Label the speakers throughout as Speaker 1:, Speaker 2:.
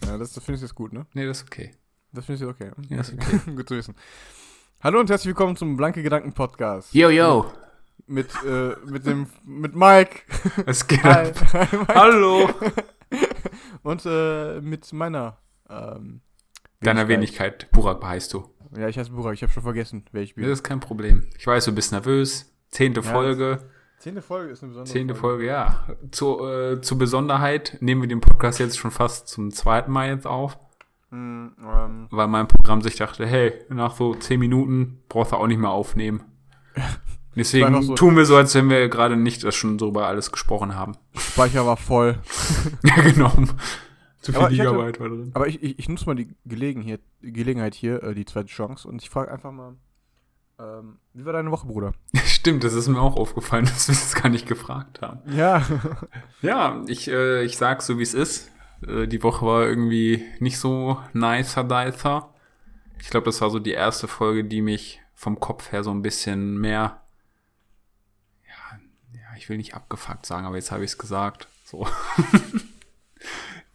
Speaker 1: das findest du jetzt gut, ne?
Speaker 2: Nee, das ist okay.
Speaker 1: Das findest du okay. ne?
Speaker 2: Ja, ist
Speaker 1: gut zu wissen. Hallo und herzlich willkommen zum Blanke Gedanken Podcast.
Speaker 2: Yo, yo.
Speaker 1: Mit, äh, mit dem, mit Mike.
Speaker 2: Was geht
Speaker 1: Hi.
Speaker 2: ab? Hallo.
Speaker 1: Und äh, mit meiner, ähm,
Speaker 2: Deiner Wenigkeit. Burak heißt du.
Speaker 1: Ja, ich heiße Burak, ich habe schon vergessen, wer ich
Speaker 2: Nee,
Speaker 1: bin.
Speaker 2: das ist kein Problem. Ich weiß, du bist nervös. Zehnte
Speaker 1: Ja,
Speaker 2: Folge.
Speaker 1: Zehnte Folge ist eine besondere
Speaker 2: Zehnte Folge, ja. Zu, äh, zur Besonderheit nehmen wir den Podcast jetzt schon fast zum zweiten Mal jetzt auf,
Speaker 1: Mm, ähm,
Speaker 2: weil mein Programm sich dachte, hey, nach so zehn Minuten brauchst du auch nicht mehr aufnehmen.
Speaker 1: War
Speaker 2: Deswegen
Speaker 1: noch so-
Speaker 2: tun wir so, als wenn wir gerade nicht das schon drüber alles gesprochen haben.
Speaker 1: Speicher war voll.
Speaker 2: Ja, genommen. Zu viel
Speaker 1: Aber ich hatte-
Speaker 2: Gigabyte war drin.
Speaker 1: Aber ich, ich, ich nutze mal die Gelegenheit, Gelegenheit hier, äh, die zweite Chance, und ich frage einfach mal, ähm, wie war deine Woche, Bruder?
Speaker 2: Stimmt, das ist mir auch aufgefallen, dass wir das gar nicht gefragt haben.
Speaker 1: Ja.
Speaker 2: Ja, ich, äh, ich sag's so, wie es ist. Äh, die Woche war irgendwie nicht so nicer, dicer. Ich glaube, das war so die erste Folge, die mich vom Kopf her so ein bisschen mehr, ja, ja ich will nicht abgefuckt sagen, aber jetzt habe ich's gesagt. So.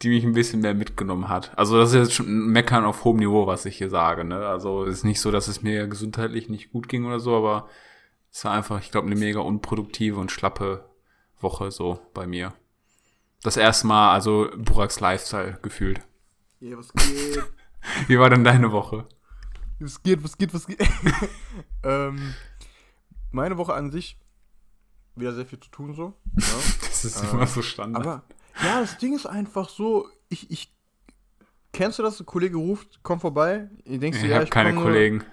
Speaker 2: die mich ein bisschen mehr mitgenommen hat. Also das ist jetzt schon ein Meckern auf hohem Niveau, was ich hier sage. Ne? Also es ist nicht so, dass es mir gesundheitlich nicht gut ging oder so, aber es war einfach, ich glaube, eine mega unproduktive und schlappe Woche so bei mir. Das erste Mal, also Buraks Lifestyle gefühlt.
Speaker 1: yeah, was geht?
Speaker 2: Wie war denn deine Woche?
Speaker 1: Was geht, was geht, was geht? ähm, meine Woche an sich, wieder sehr viel zu tun so. Ja.
Speaker 2: Das ist
Speaker 1: Äh,
Speaker 2: immer so Standard.
Speaker 1: Aber ja, das Ding ist einfach so, ich, ich. Kennst du das? Ein Kollege ruft, komm vorbei. Ihr denkst
Speaker 2: ich
Speaker 1: dir,
Speaker 2: hab
Speaker 1: ja,
Speaker 2: habe keine
Speaker 1: komm nur-
Speaker 2: Kollegen.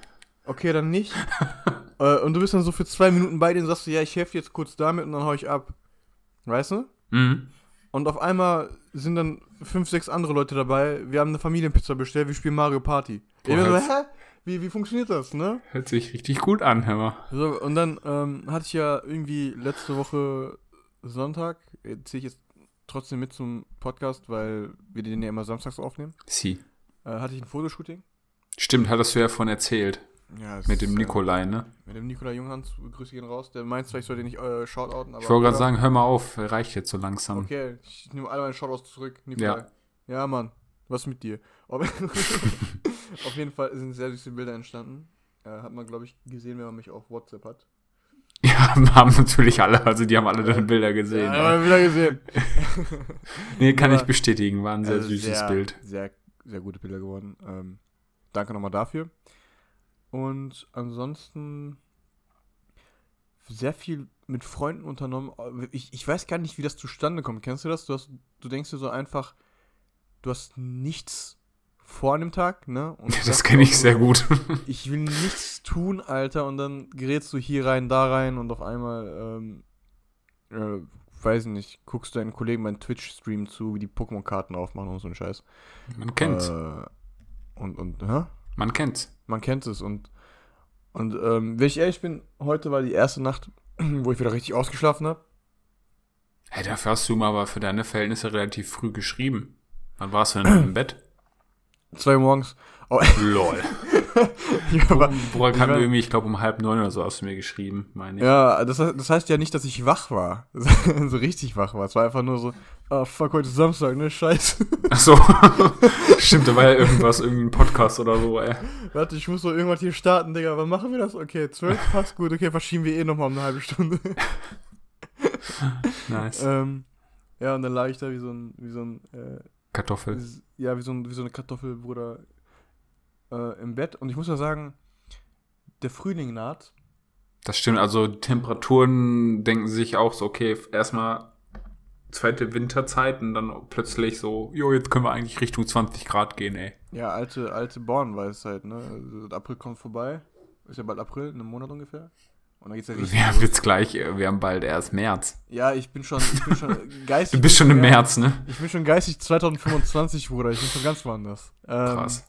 Speaker 1: Okay, dann nicht. äh, und du bist dann so für zwei Minuten bei denen, sagst du, ja, ich helfe jetzt kurz damit und dann hau ich ab. Weißt du?
Speaker 2: Mhm.
Speaker 1: Und auf einmal sind dann fünf, sechs andere Leute dabei. Wir haben eine Familienpizza bestellt, wir spielen Mario Party. Ich
Speaker 2: Boah,
Speaker 1: bin so,
Speaker 2: das-
Speaker 1: hä? Wie, wie funktioniert das, ne?
Speaker 2: Hört sich richtig gut an, hör mal.
Speaker 1: So, und dann ähm, hatte ich ja irgendwie letzte Woche Sonntag, äh, ziehe ich jetzt trotzdem mit zum Podcast, weil wir den ja immer samstags aufnehmen,
Speaker 2: Sie.
Speaker 1: äh, hatte ich ein Fotoshooting.
Speaker 2: Stimmt, hattest du ja von erzählt.
Speaker 1: Ja, äh,
Speaker 2: Mit dem Nikolai, ne?
Speaker 1: Mit dem Nikolai Junghans, Grüße gehen raus. Der meint zwar, ich soll den nicht äh, shoutouten, aber...
Speaker 2: Ich wollte gerade
Speaker 1: Ja,
Speaker 2: sagen, hör mal auf, reicht jetzt so langsam.
Speaker 1: Okay, ich nehme alle meine Shoutouts zurück, Nikolai. Ja. ja, Mann, was mit dir? Aber auf jeden Fall sind sehr süße Bilder entstanden. Äh, hat man, glaube ich, gesehen, wenn man mich auf WhatsApp hat.
Speaker 2: Ja, haben natürlich alle, also die haben alle deine Bilder gesehen. ne?
Speaker 1: Ja, haben wir wieder gesehen.
Speaker 2: Nee, kann
Speaker 1: aber-
Speaker 2: ich bestätigen, war ein sehr
Speaker 1: Also
Speaker 2: süßes Bild.
Speaker 1: Sehr, sehr gute Bilder geworden. Ähm, danke nochmal dafür. Und ansonsten sehr viel mit Freunden unternommen. Ich, ich weiß gar nicht, wie das zustande kommt. Kennst du das? Du, hast, du denkst dir so einfach, du hast nichts vor an dem Tag, ne? Und du
Speaker 2: Das
Speaker 1: sagst
Speaker 2: kenne
Speaker 1: auch
Speaker 2: ich
Speaker 1: so,
Speaker 2: sehr gut.
Speaker 1: Ich will nichts tun, Alter. Und dann gerätst du hier rein, da rein und auf einmal, ähm, äh, weiß nicht, guckst du deinen Kollegen beim Twitch-Stream zu, wie die Pokémon-Karten aufmachen und so ein Scheiß.
Speaker 2: Man kennt's.
Speaker 1: Äh, und, und, hä?
Speaker 2: Man kennt's.
Speaker 1: Man kennt es. Und, und ähm, wenn ich ehrlich bin, heute war die erste Nacht, wo ich wieder richtig ausgeschlafen habe.
Speaker 2: Hey, dafür hast du mal aber für deine Verhältnisse relativ früh geschrieben. Wann warst du denn im Bett?
Speaker 1: Zwei Uhr morgens. Oh,
Speaker 2: Lol.
Speaker 1: ich war,
Speaker 2: Burak
Speaker 1: ich
Speaker 2: hat
Speaker 1: war-
Speaker 2: mir irgendwie, ich glaube, um halb neun oder so hast du mir geschrieben, meine ich.
Speaker 1: ja, das, he- das heißt ja nicht, dass ich wach war. so richtig wach war. Es war einfach nur so, ah, fuck, heute ist Samstag, ne? Scheiße.
Speaker 2: Ach so. Stimmt, da war ja irgendwas, irgendein Podcast oder so, ey.
Speaker 1: Warte, ich muss doch irgendwas hier starten, Digga. Wann machen wir das? Okay, zwölf passt gut. Okay, verschieben wir eh nochmal um eine halbe Stunde.
Speaker 2: Nice.
Speaker 1: ähm, ja, und dann lag ich da wie so ein, wie so ein, äh,
Speaker 2: Kartoffel.
Speaker 1: S- Ja, wie so, ein, wie so eine Kartoffel, Bruder, äh, im Bett. Und ich muss ja sagen, der Frühling naht.
Speaker 2: Das stimmt, also die Temperaturen denken sich auch so, okay, erstmal zweite Winterzeit und dann plötzlich so, jo, jetzt können wir eigentlich Richtung 20 Grad gehen, ey.
Speaker 1: Ja, alte, alte Bauernweisheit, ne? Also, der April kommt vorbei. Ist ja bald April, in einem Monat ungefähr. Und dann geht's ja richtig.
Speaker 2: Wir haben jetzt gleich, äh, wir haben bald erst März.
Speaker 1: Ja, ich bin schon, ich bin schon geistig.
Speaker 2: Du bist schon im
Speaker 1: Ja,
Speaker 2: März, ne?
Speaker 1: Ich bin schon geistig 2025, Bruder. Ich bin schon ganz woanders. Ähm,
Speaker 2: Krass.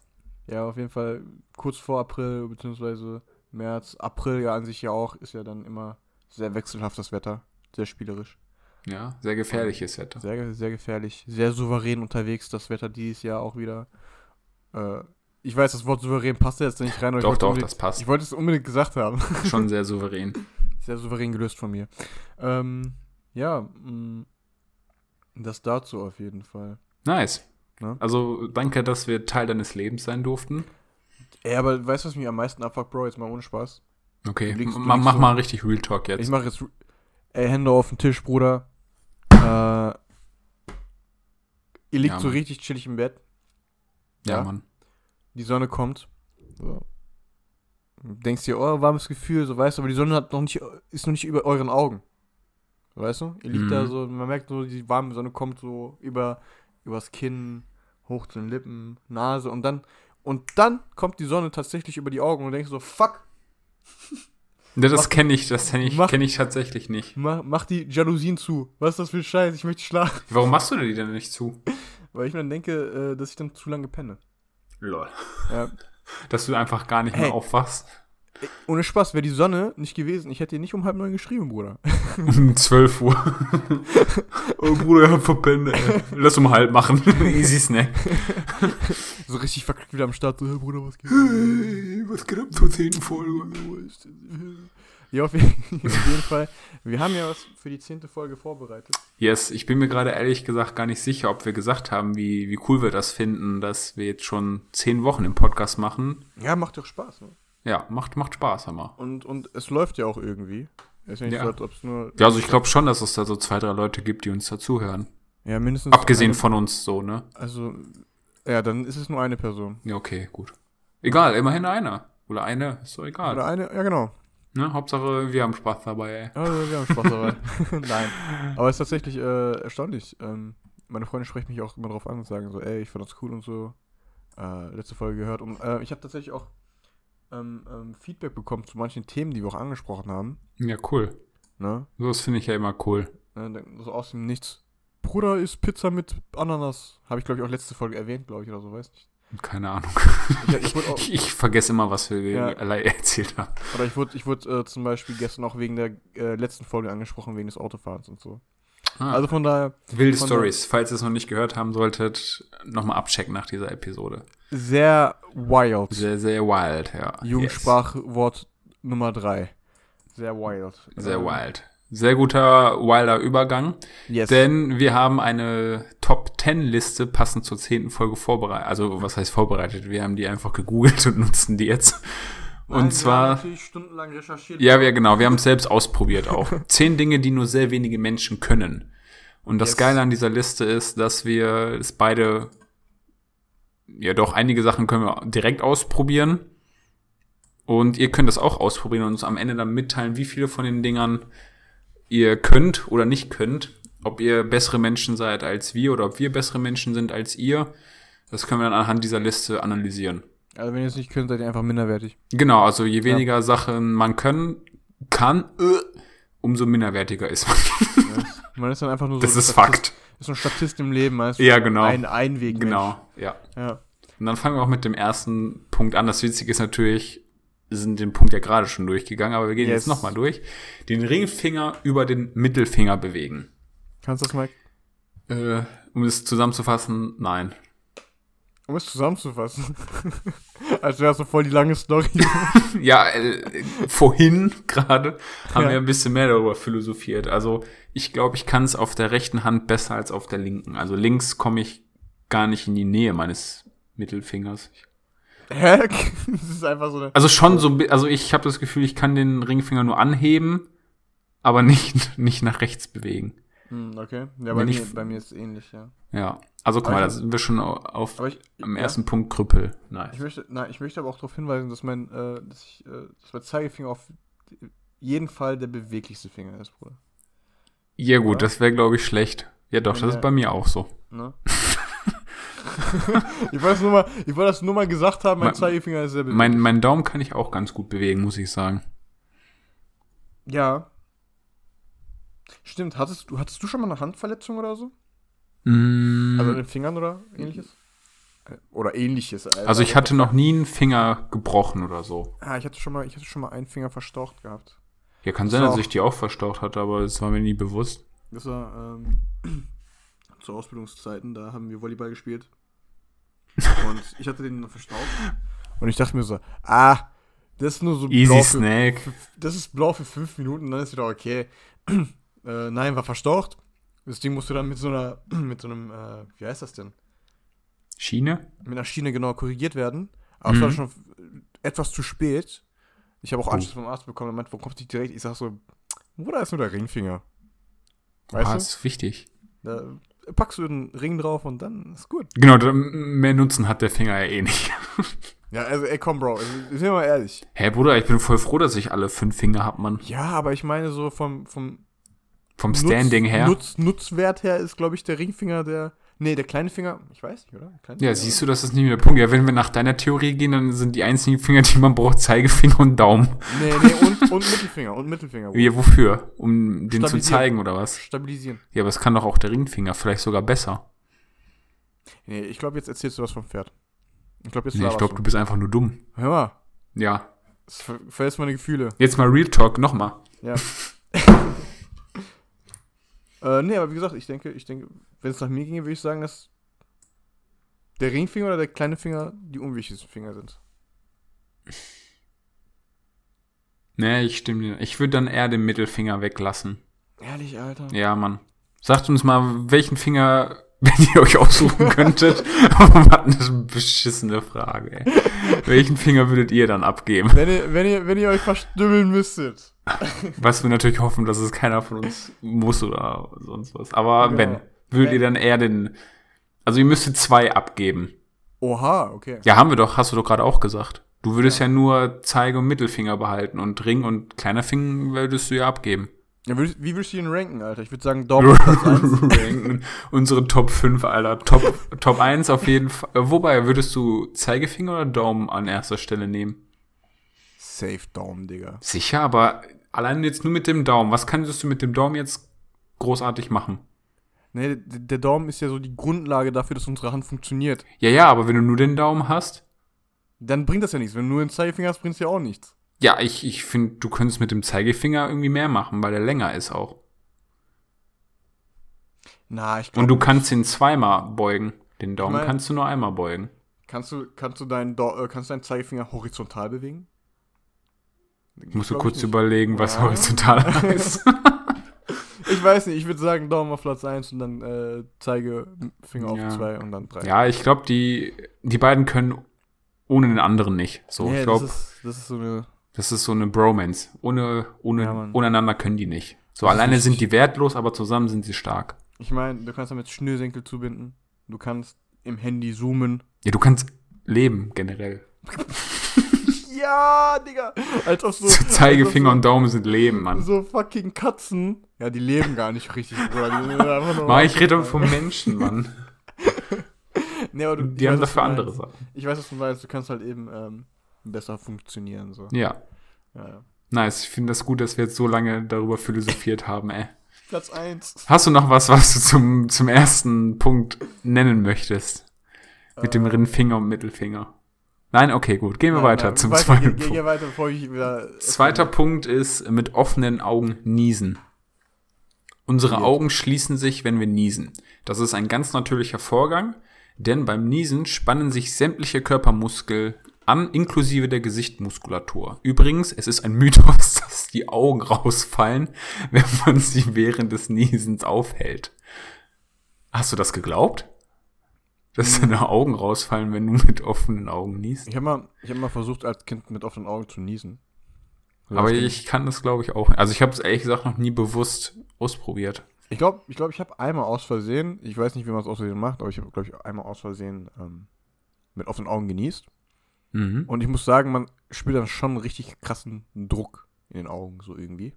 Speaker 1: Ja, auf jeden Fall kurz vor April, beziehungsweise März. April ja an sich ja auch, ist ja dann immer sehr wechselhaft das Wetter. Sehr spielerisch.
Speaker 2: Ja, sehr gefährliches Wetter.
Speaker 1: Sehr, ge- sehr gefährlich. Sehr souverän unterwegs, das Wetter dieses Jahr auch wieder. Äh, ich weiß, das Wort souverän passt jetzt nicht rein,
Speaker 2: Doch,
Speaker 1: aber ich, wollte
Speaker 2: doch,
Speaker 1: unbedingt-
Speaker 2: das passt.
Speaker 1: ich wollte es unbedingt gesagt haben.
Speaker 2: Schon sehr souverän.
Speaker 1: Sehr souverän gelöst von mir. Ähm, ja, mh, das dazu auf jeden Fall.
Speaker 2: Nice.
Speaker 1: Ne?
Speaker 2: Also danke, dass wir Teil deines Lebens sein durften.
Speaker 1: Ey, aber weißt du, was mich am meisten abfuckt, Bro? Jetzt mal ohne Spaß.
Speaker 2: Okay,
Speaker 1: Du liegst- du
Speaker 2: ma-
Speaker 1: liegst
Speaker 2: mach
Speaker 1: so-
Speaker 2: mal richtig Real Talk jetzt.
Speaker 1: Ich mache jetzt. Ey, Hände auf den Tisch, Bruder. Äh, ihr liegt
Speaker 2: Ja,
Speaker 1: so
Speaker 2: Mann.
Speaker 1: richtig chillig im Bett.
Speaker 2: ja,
Speaker 1: ja.
Speaker 2: Mann.
Speaker 1: Die Sonne kommt. So. Denkst dir, oh, warmes Gefühl, so weißt du, aber die Sonne hat noch nicht, ist noch nicht über euren Augen. So, Weißt du? Ihr liegt
Speaker 2: Mhm.
Speaker 1: da so, man merkt so, die warme Sonne kommt so über, übers Kinn, hoch zu den Lippen, Nase und dann, und dann kommt die Sonne tatsächlich über die Augen und denkst so, fuck,
Speaker 2: Ja, Das
Speaker 1: Mach-
Speaker 2: kenne ich, das kenne ich,
Speaker 1: mach-
Speaker 2: kenne ich tatsächlich nicht.
Speaker 1: mach, mach die Jalousien zu. Was ist das für ein Scheiß? Ich möchte schlafen.
Speaker 2: Warum machst du dir die denn nicht zu?
Speaker 1: Weil ich mir dann denke, äh, dass ich dann zu lange penne.
Speaker 2: Lol.
Speaker 1: Ja.
Speaker 2: Dass du einfach gar nicht
Speaker 1: Hey.
Speaker 2: mehr aufwachst.
Speaker 1: Ohne Spaß, wäre die Sonne nicht gewesen, ich hätte ihr nicht um halb neun geschrieben, Bruder.
Speaker 2: Um 12 Uhr. oh Bruder, ich hab verpennt. ey. Lass um halb machen. Easy Snack.
Speaker 1: So richtig verkackt wieder am Start, so, hey, Bruder, was geht?
Speaker 2: Was geht ab zur 10. Folge?
Speaker 1: Ja, auf jeden, auf jeden Fall. Wir haben ja was für die zehnte Folge vorbereitet.
Speaker 2: Yes, ich bin mir gerade ehrlich gesagt gar nicht sicher, ob wir gesagt haben, wie, wie cool wir das finden, dass wir jetzt schon 10 Wochen im Podcast machen.
Speaker 1: Ja, macht doch Spaß. Ne?
Speaker 2: Ja, macht, macht Spaß, Hammer.
Speaker 1: Und, und es läuft ja auch irgendwie. Ist ja nicht
Speaker 2: Ja.
Speaker 1: so, als ob es nur.
Speaker 2: Ja, also ich glaube schon, dass es da so zwei, drei Leute gibt, die uns dazuhören.
Speaker 1: Ja, mindestens.
Speaker 2: Abgesehen
Speaker 1: eine,
Speaker 2: von uns so, ne?
Speaker 1: Also, ja, dann ist es nur eine Person.
Speaker 2: Ja, okay, gut. Egal, immerhin einer. Oder eine, ist doch egal.
Speaker 1: Oder eine, ja, genau.
Speaker 2: Ne? Hauptsache, wir haben Spaß dabei, ey.
Speaker 1: Also, wir haben Spaß dabei. Nein. Aber es ist tatsächlich äh, erstaunlich. Ähm, meine Freunde sprechen mich auch immer drauf an und sagen so, ey, ich fand das cool und so. Äh, letzte Folge gehört. Und äh, ich habe tatsächlich auch ähm, ähm, Feedback bekommen zu manchen Themen, die wir auch angesprochen haben.
Speaker 2: Ja, cool.
Speaker 1: Ne?
Speaker 2: So, das finde ich ja immer cool.
Speaker 1: Ne, dann so aus dem Nichts. Bruder ist Pizza mit Ananas. Habe ich, glaube ich, auch letzte Folge erwähnt, glaube ich, oder so, weiß nicht.
Speaker 2: Keine Ahnung.
Speaker 1: Ich, ich wurde auch,
Speaker 2: Ich, ich vergesse immer, was wir
Speaker 1: Oh. Ja.
Speaker 2: alle erzählt haben.
Speaker 1: oder ich wurde, ich wurde äh, zum Beispiel gestern auch wegen der äh, letzten Folge angesprochen, wegen des Autofahrens und so.
Speaker 2: Ah,
Speaker 1: Also von daher,
Speaker 2: wilde
Speaker 1: von
Speaker 2: Stories. Falls ihr es noch nicht gehört haben solltet, nochmal abchecken nach dieser Episode.
Speaker 1: sehr wild.
Speaker 2: Sehr, sehr wild, ja.
Speaker 1: Jugendsprachwort Nummer 3. Sehr wild.
Speaker 2: Yes. Sehr
Speaker 1: Ähm,
Speaker 2: wild. Sehr guter, wilder Übergang.
Speaker 1: Yes.
Speaker 2: Denn wir haben eine Top 10 Liste passend zur 10. Folge vorbereitet. Also, was heißt vorbereitet? Wir haben die einfach gegoogelt und nutzen die jetzt. Und zwar,
Speaker 1: stundenlang recherchiert.
Speaker 2: ja, wir, genau, wir haben es selbst ausprobiert auch. Zehn Dinge, die nur sehr wenige Menschen können. Und das
Speaker 1: Yes.
Speaker 2: Geile an dieser Liste ist, dass wir es beide, ja doch, einige Sachen können wir direkt ausprobieren. Und ihr könnt das auch ausprobieren und uns am Ende dann mitteilen, wie viele von den Dingern ihr könnt oder nicht könnt. Ob ihr bessere Menschen seid als wir oder ob wir bessere Menschen sind als ihr. Das können wir dann anhand dieser Liste analysieren.
Speaker 1: Also wenn ihr es nicht könnt, seid ihr einfach minderwertig.
Speaker 2: Genau, also je weniger Sachen man können, kann, äh, umso minderwertiger ist man.
Speaker 1: Man ist dann einfach nur so
Speaker 2: Das
Speaker 1: ein
Speaker 2: ist
Speaker 1: Statist,
Speaker 2: Fakt.
Speaker 1: ist so ein Statist im Leben, weißt du?
Speaker 2: Ja, genau.
Speaker 1: Ein Einweg.
Speaker 2: Genau, ja.
Speaker 1: Ja.
Speaker 2: Und dann fangen wir auch mit dem ersten Punkt an. Das Witzige ist natürlich, wir sind den Punkt ja gerade schon durchgegangen, aber wir gehen
Speaker 1: Yes.
Speaker 2: jetzt nochmal durch. Den Ringfinger über den Mittelfinger bewegen.
Speaker 1: Kannst du das mal,
Speaker 2: Äh, um es zusammenzufassen, nein.
Speaker 1: um es zusammenzufassen, als wäre es so voll die lange Story.
Speaker 2: Ja, äh, vorhin gerade haben
Speaker 1: Ja.
Speaker 2: wir ein bisschen mehr darüber philosophiert. Also ich glaube, ich kann es auf der rechten Hand besser als auf der linken. Also links komme ich gar nicht in die Nähe meines Mittelfingers.
Speaker 1: Hä? das ist einfach so eine...
Speaker 2: Also schon so, ein bi- also ich habe das Gefühl, ich kann den Ringfinger nur anheben, aber nicht, nicht nach rechts bewegen.
Speaker 1: Hm, okay. Ja, bei
Speaker 2: Wenn
Speaker 1: mir,
Speaker 2: ich-
Speaker 1: bei mir ist es ähnlich, ja.
Speaker 2: Ja, also guck
Speaker 1: Aber
Speaker 2: mal, da
Speaker 1: ich-
Speaker 2: sind wir schon au- auf
Speaker 1: Aber ich,
Speaker 2: am
Speaker 1: ja.
Speaker 2: ersten Punkt Krüppel.
Speaker 1: Ich
Speaker 2: Nice.
Speaker 1: möchte, nein, ich möchte aber auch darauf hinweisen, dass mein, äh, dass ich, äh, dass mein Zeigefinger auf jeden Fall der beweglichste Finger ist, Bruder.
Speaker 2: Ja
Speaker 1: Ja.
Speaker 2: gut, das wäre glaube ich schlecht. Ja doch,
Speaker 1: Wenn
Speaker 2: das
Speaker 1: der-
Speaker 2: ist bei mir auch so.
Speaker 1: Ne? ich wollte das nur mal, ich wollte das nur mal gesagt haben, mein,
Speaker 2: Mein-
Speaker 1: Zeigefinger ist der beweglich.
Speaker 2: Mein, mein Daumen kann ich auch ganz gut bewegen, muss ich sagen.
Speaker 1: ja. Stimmt, hattest du, hattest du schon mal eine Handverletzung oder so?
Speaker 2: Mm.
Speaker 1: Also an den Fingern oder ähnliches? Äh, Oder ähnliches.
Speaker 2: Also ich hatte noch nie einen Finger gebrochen oder so.
Speaker 1: Ah, ich hatte schon mal, ich hatte schon mal einen Finger verstaucht gehabt.
Speaker 2: Ja, kann sein,
Speaker 1: So.
Speaker 2: dass ich die auch verstaucht hatte, aber es war mir nie bewusst.
Speaker 1: Das war ähm, zu Ausbildungszeiten, da haben wir Volleyball gespielt. Und ich hatte den verstaucht. Und ich dachte mir so, ah, das ist nur so
Speaker 2: Easy
Speaker 1: blau für,
Speaker 2: Snack.
Speaker 1: das ist blau für fünf Minuten, dann ist wieder okay. äh, nein, war verstaucht. Das Ding musst du dann mit so einer, mit so einem, äh, wie heißt das denn?
Speaker 2: Schiene?
Speaker 1: mit einer Schiene genau korrigiert werden. Aber es war
Speaker 2: Mhm.
Speaker 1: schon äh, etwas zu spät. Ich habe auch
Speaker 2: Oh.
Speaker 1: Anschluss vom Arzt bekommen. Er meinte, wo kommst du direkt? Ich sag so, Bruder, ist nur der Ringfinger.
Speaker 2: ah,
Speaker 1: Weißt
Speaker 2: ist wichtig.
Speaker 1: du? Da packst du den Ring drauf und dann ist gut.
Speaker 2: Genau, da- mehr Nutzen hat der Finger ja eh nicht.
Speaker 1: Ja, also, ey, komm, Bro, also, sind wir mal ehrlich.
Speaker 2: Hä, Bruder, ich bin voll froh, dass ich alle fünf Finger hab, Mann.
Speaker 1: Ja, aber ich meine, so vom, vom
Speaker 2: Vom Standing
Speaker 1: Nutz,
Speaker 2: her.
Speaker 1: Nutz, Nutzwert her ist, glaube ich, der Ringfinger der. Nee, der kleine Finger, ich weiß nicht, oder? Kleine
Speaker 2: Ja, siehst du, das ist nicht mehr der Punkt. Ja, wenn wir nach deiner Theorie gehen, dann sind die einzigen Finger, die man braucht, Zeigefinger und Daumen.
Speaker 1: Nee, nee, und, und Mittelfinger, und Mittelfinger.
Speaker 2: Ja, wofür? Um den zu
Speaker 1: Stabilisieren.
Speaker 2: zeigen oder was?
Speaker 1: Stabilisieren.
Speaker 2: Ja, aber es kann doch auch der Ringfinger, vielleicht sogar besser.
Speaker 1: Nee, ich glaube, jetzt erzählst du was vom Pferd. Ich glaube, jetzt
Speaker 2: Nee, ich
Speaker 1: laberst
Speaker 2: glaube, du bist einfach nur dumm.
Speaker 1: du. Hör mal,
Speaker 2: Ja.
Speaker 1: es ver verletzt meine Gefühle.
Speaker 2: Jetzt mal Real Talk, nochmal.
Speaker 1: Ja. äh, nee, aber wie gesagt, ich denke, ich denke, wenn es nach mir ginge, würde ich sagen, dass der Ringfinger oder der kleine Finger die unwichtigsten Finger sind.
Speaker 2: Nee, ich stimme dir. Ich würde dann eher den Mittelfinger weglassen.
Speaker 1: Ehrlich, Alter.
Speaker 2: Ja, Mann. Sagt uns mal, welchen Finger, wenn ihr euch aussuchen könntet. Mann, das ist eine beschissene Frage, ey. Welchen Finger würdet ihr dann abgeben?
Speaker 1: Wenn ihr, wenn ihr, wenn ihr euch verstümmeln müsstet.
Speaker 2: Was wir natürlich hoffen, dass es keiner von uns muss oder sonst was. Aber
Speaker 1: Genau.
Speaker 2: wenn, würdet ihr
Speaker 1: Wenn.
Speaker 2: dann eher den. Also ihr müsstet zwei abgeben.
Speaker 1: Oha, okay.
Speaker 2: Ja, haben wir doch, hast du doch gerade auch gesagt. Du würdest ja. nur Zeige und Mittelfinger behalten und Ring und kleiner Finger würdest du ja abgeben.
Speaker 1: Ja, würdest, wie würdest du ihn ranken, Alter? Ich würde sagen, Daumen auf Platz 1.
Speaker 2: Unsere Top 5, Alter. Top, Top 1 auf jeden Fall. Äh, Wobei, würdest du Zeigefinger oder Daumen an erster Stelle nehmen?
Speaker 1: Safe Daumen, Digga.
Speaker 2: Sicher, aber allein jetzt nur mit dem Daumen. Was kannst du mit dem Daumen jetzt großartig machen?
Speaker 1: Nee, d- der Daumen ist ja so die Grundlage dafür, dass unsere Hand funktioniert.
Speaker 2: Ja, ja, aber wenn du nur den Daumen hast.
Speaker 1: Dann bringt das ja nichts. Wenn du nur den Zeigefinger hast, bringt es ja auch nichts.
Speaker 2: Ja, ich, ich finde, du könntest mit dem Zeigefinger irgendwie mehr machen, weil der länger ist auch.
Speaker 1: Na, ich
Speaker 2: Und
Speaker 1: glaube,
Speaker 2: du kannst ihn zweimal beugen. Den Daumen
Speaker 1: Ich mein-
Speaker 2: kannst du nur einmal beugen.
Speaker 1: kannst du, kannst, du deinen, Dau- äh, kannst du deinen Zeigefinger horizontal bewegen?
Speaker 2: Musst du
Speaker 1: Glaub ich
Speaker 2: kurz
Speaker 1: nicht.
Speaker 2: überlegen, was
Speaker 1: Ja.
Speaker 2: horizontal heißt.
Speaker 1: Ich weiß nicht, ich würde sagen Daumen auf Platz 1 und dann äh, Zeigefinger
Speaker 2: Ja.
Speaker 1: auf 2 und dann 3.
Speaker 2: ja, ich glaube, die, die beiden können ohne den anderen nicht. So, ich glaube,
Speaker 1: das, ist, das ist so eine.
Speaker 2: das ist so eine Bromance. Ohne, ohne,
Speaker 1: Ja, Mann.
Speaker 2: ohne einander können die nicht. So,
Speaker 1: Das ist
Speaker 2: alleine sind
Speaker 1: richtig.
Speaker 2: die wertlos, aber zusammen sind sie stark.
Speaker 1: Ich meine, du kannst damit Schnürsenkel zubinden. Du kannst im Handy zoomen.
Speaker 2: Ja, du kannst leben, generell.
Speaker 1: Ja, Digga! Als ob so.
Speaker 2: Zeigefinger
Speaker 1: als
Speaker 2: und Daumen sind Leben,
Speaker 1: ob
Speaker 2: Mann.
Speaker 1: so, so fucking Katzen. Ja, die leben gar nicht richtig, Bruder. Die sind einfach nur.
Speaker 2: Mach ich rede vom Menschen, Mann.
Speaker 1: Nee, aber du, ich
Speaker 2: Die haben
Speaker 1: weiß, was
Speaker 2: dafür
Speaker 1: du
Speaker 2: andere
Speaker 1: meinst.
Speaker 2: Sachen.
Speaker 1: Ich weiß, was du meinst. Du kannst halt eben ähm, besser funktionieren. So.
Speaker 2: Ja.
Speaker 1: Ja, ja.
Speaker 2: Nice, ich finde das gut, dass wir jetzt so lange darüber philosophiert haben, ey.
Speaker 1: Platz 1.
Speaker 2: Hast du noch was, was du zum, zum ersten Punkt nennen möchtest? Mit
Speaker 1: Äh.
Speaker 2: dem Ringfinger und Mittelfinger. Nein, okay, gut. Gehen wir weiter zum zweiten
Speaker 1: Geh, geh,
Speaker 2: Punkt.
Speaker 1: geh weiter, bevor ich wieder.
Speaker 2: Zweiter Punkt ist mit offenen Augen niesen. Unsere
Speaker 1: Weird.
Speaker 2: Augen schließen sich, wenn wir niesen. Das ist ein ganz natürlicher Vorgang, denn beim Niesen spannen sich sämtliche Körpermuskel an, inklusive der Gesichtmuskulatur. Übrigens, es ist ein Mythos, dass die Augen rausfallen, wenn man sie während des Niesens aufhält. Hast du das geglaubt? Dass deine Augen rausfallen, wenn du mit offenen Augen niest?
Speaker 1: Ich habe mal, ich hab mal versucht, als Kind mit offenen Augen zu niesen.
Speaker 2: Aber
Speaker 1: ich
Speaker 2: ich kann das, glaube ich, auch. Also ich habe es ehrlich gesagt noch nie bewusst ausprobiert.
Speaker 1: ich glaube, ich, glaub, ich habe einmal aus Versehen, ich weiß nicht, wie man es aus Versehen macht, aber ich habe, glaube ich, einmal aus Versehen ähm, mit offenen Augen genießt.
Speaker 2: Mhm.
Speaker 1: Und ich muss sagen, man spürt dann schon einen richtig krassen Druck in den Augen, so irgendwie.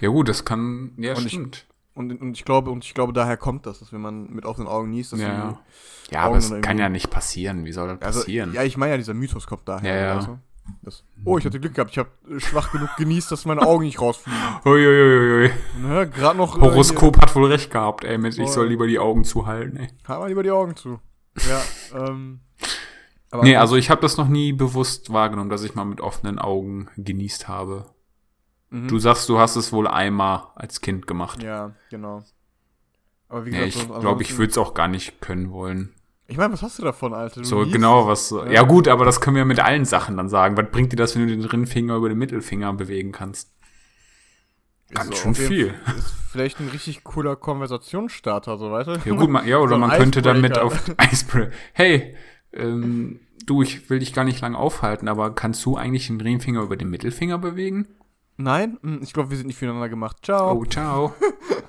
Speaker 2: Ja gut, das kann. Ja,
Speaker 1: Und ich-
Speaker 2: stimmt.
Speaker 1: Und, und ich glaube, und ich glaube, daher kommt das, dass wenn man mit offenen Augen niest, dass
Speaker 2: ja,
Speaker 1: man-
Speaker 2: ja. ja aber
Speaker 1: Augen
Speaker 2: es
Speaker 1: oder
Speaker 2: kann
Speaker 1: irgendwie-
Speaker 2: ja nicht passieren. Wie soll das
Speaker 1: Also,
Speaker 2: passieren?
Speaker 1: Ja, ich meine ja, dieser Mythos kommt daher.
Speaker 2: Ja, ja.
Speaker 1: weißt du? Das, oh, ich hatte Glück gehabt. Ich habe schwach genug genießt, dass meine Augen nicht rausfliegen.
Speaker 2: Uiuiuiui.
Speaker 1: Ne, gerade noch. äh,
Speaker 2: Horoskop hat wohl recht gehabt, ey, mit ich
Speaker 1: Voll.
Speaker 2: soll lieber die Augen zuhalten, ey.
Speaker 1: Hier, halt mal lieber die Augen zu. Ja, ähm. Aber
Speaker 2: Nee, also ich habe das noch nie bewusst wahrgenommen, dass ich mal mit offenen Augen genießt habe.
Speaker 1: Mhm.
Speaker 2: Du sagst, du hast es wohl einmal als Kind gemacht.
Speaker 1: Ja, genau. Aber wie
Speaker 2: Ja,
Speaker 1: gesagt,
Speaker 2: ich
Speaker 1: sonst
Speaker 2: glaube, ich
Speaker 1: ansonsten-
Speaker 2: würde es auch gar nicht können wollen.
Speaker 1: Ich meine, was hast du davon, Alter? Du
Speaker 2: So,
Speaker 1: niest.
Speaker 2: genau, was. so-
Speaker 1: Ja.
Speaker 2: Ja, gut, aber das können wir mit allen Sachen dann sagen. Was bringt dir das, wenn du den Ringfinger über den Mittelfinger bewegen kannst? Ganz
Speaker 1: Ist
Speaker 2: schön
Speaker 1: auf jeden
Speaker 2: viel.
Speaker 1: Fall- Ist vielleicht ein richtig cooler Konversationsstarter, so weißt du?
Speaker 2: Ja, gut, man, ja oder
Speaker 1: So ein
Speaker 2: man könnte damit
Speaker 1: Icebreaker.
Speaker 2: auf Icebreaker. Hey, ähm, du, ich will dich gar nicht lange aufhalten, aber kannst du eigentlich den Ringfinger über den Mittelfinger bewegen?
Speaker 1: Nein? Hm, Ich glaube, wir sind nicht füreinander gemacht. Ciao.
Speaker 2: Oh, ciao.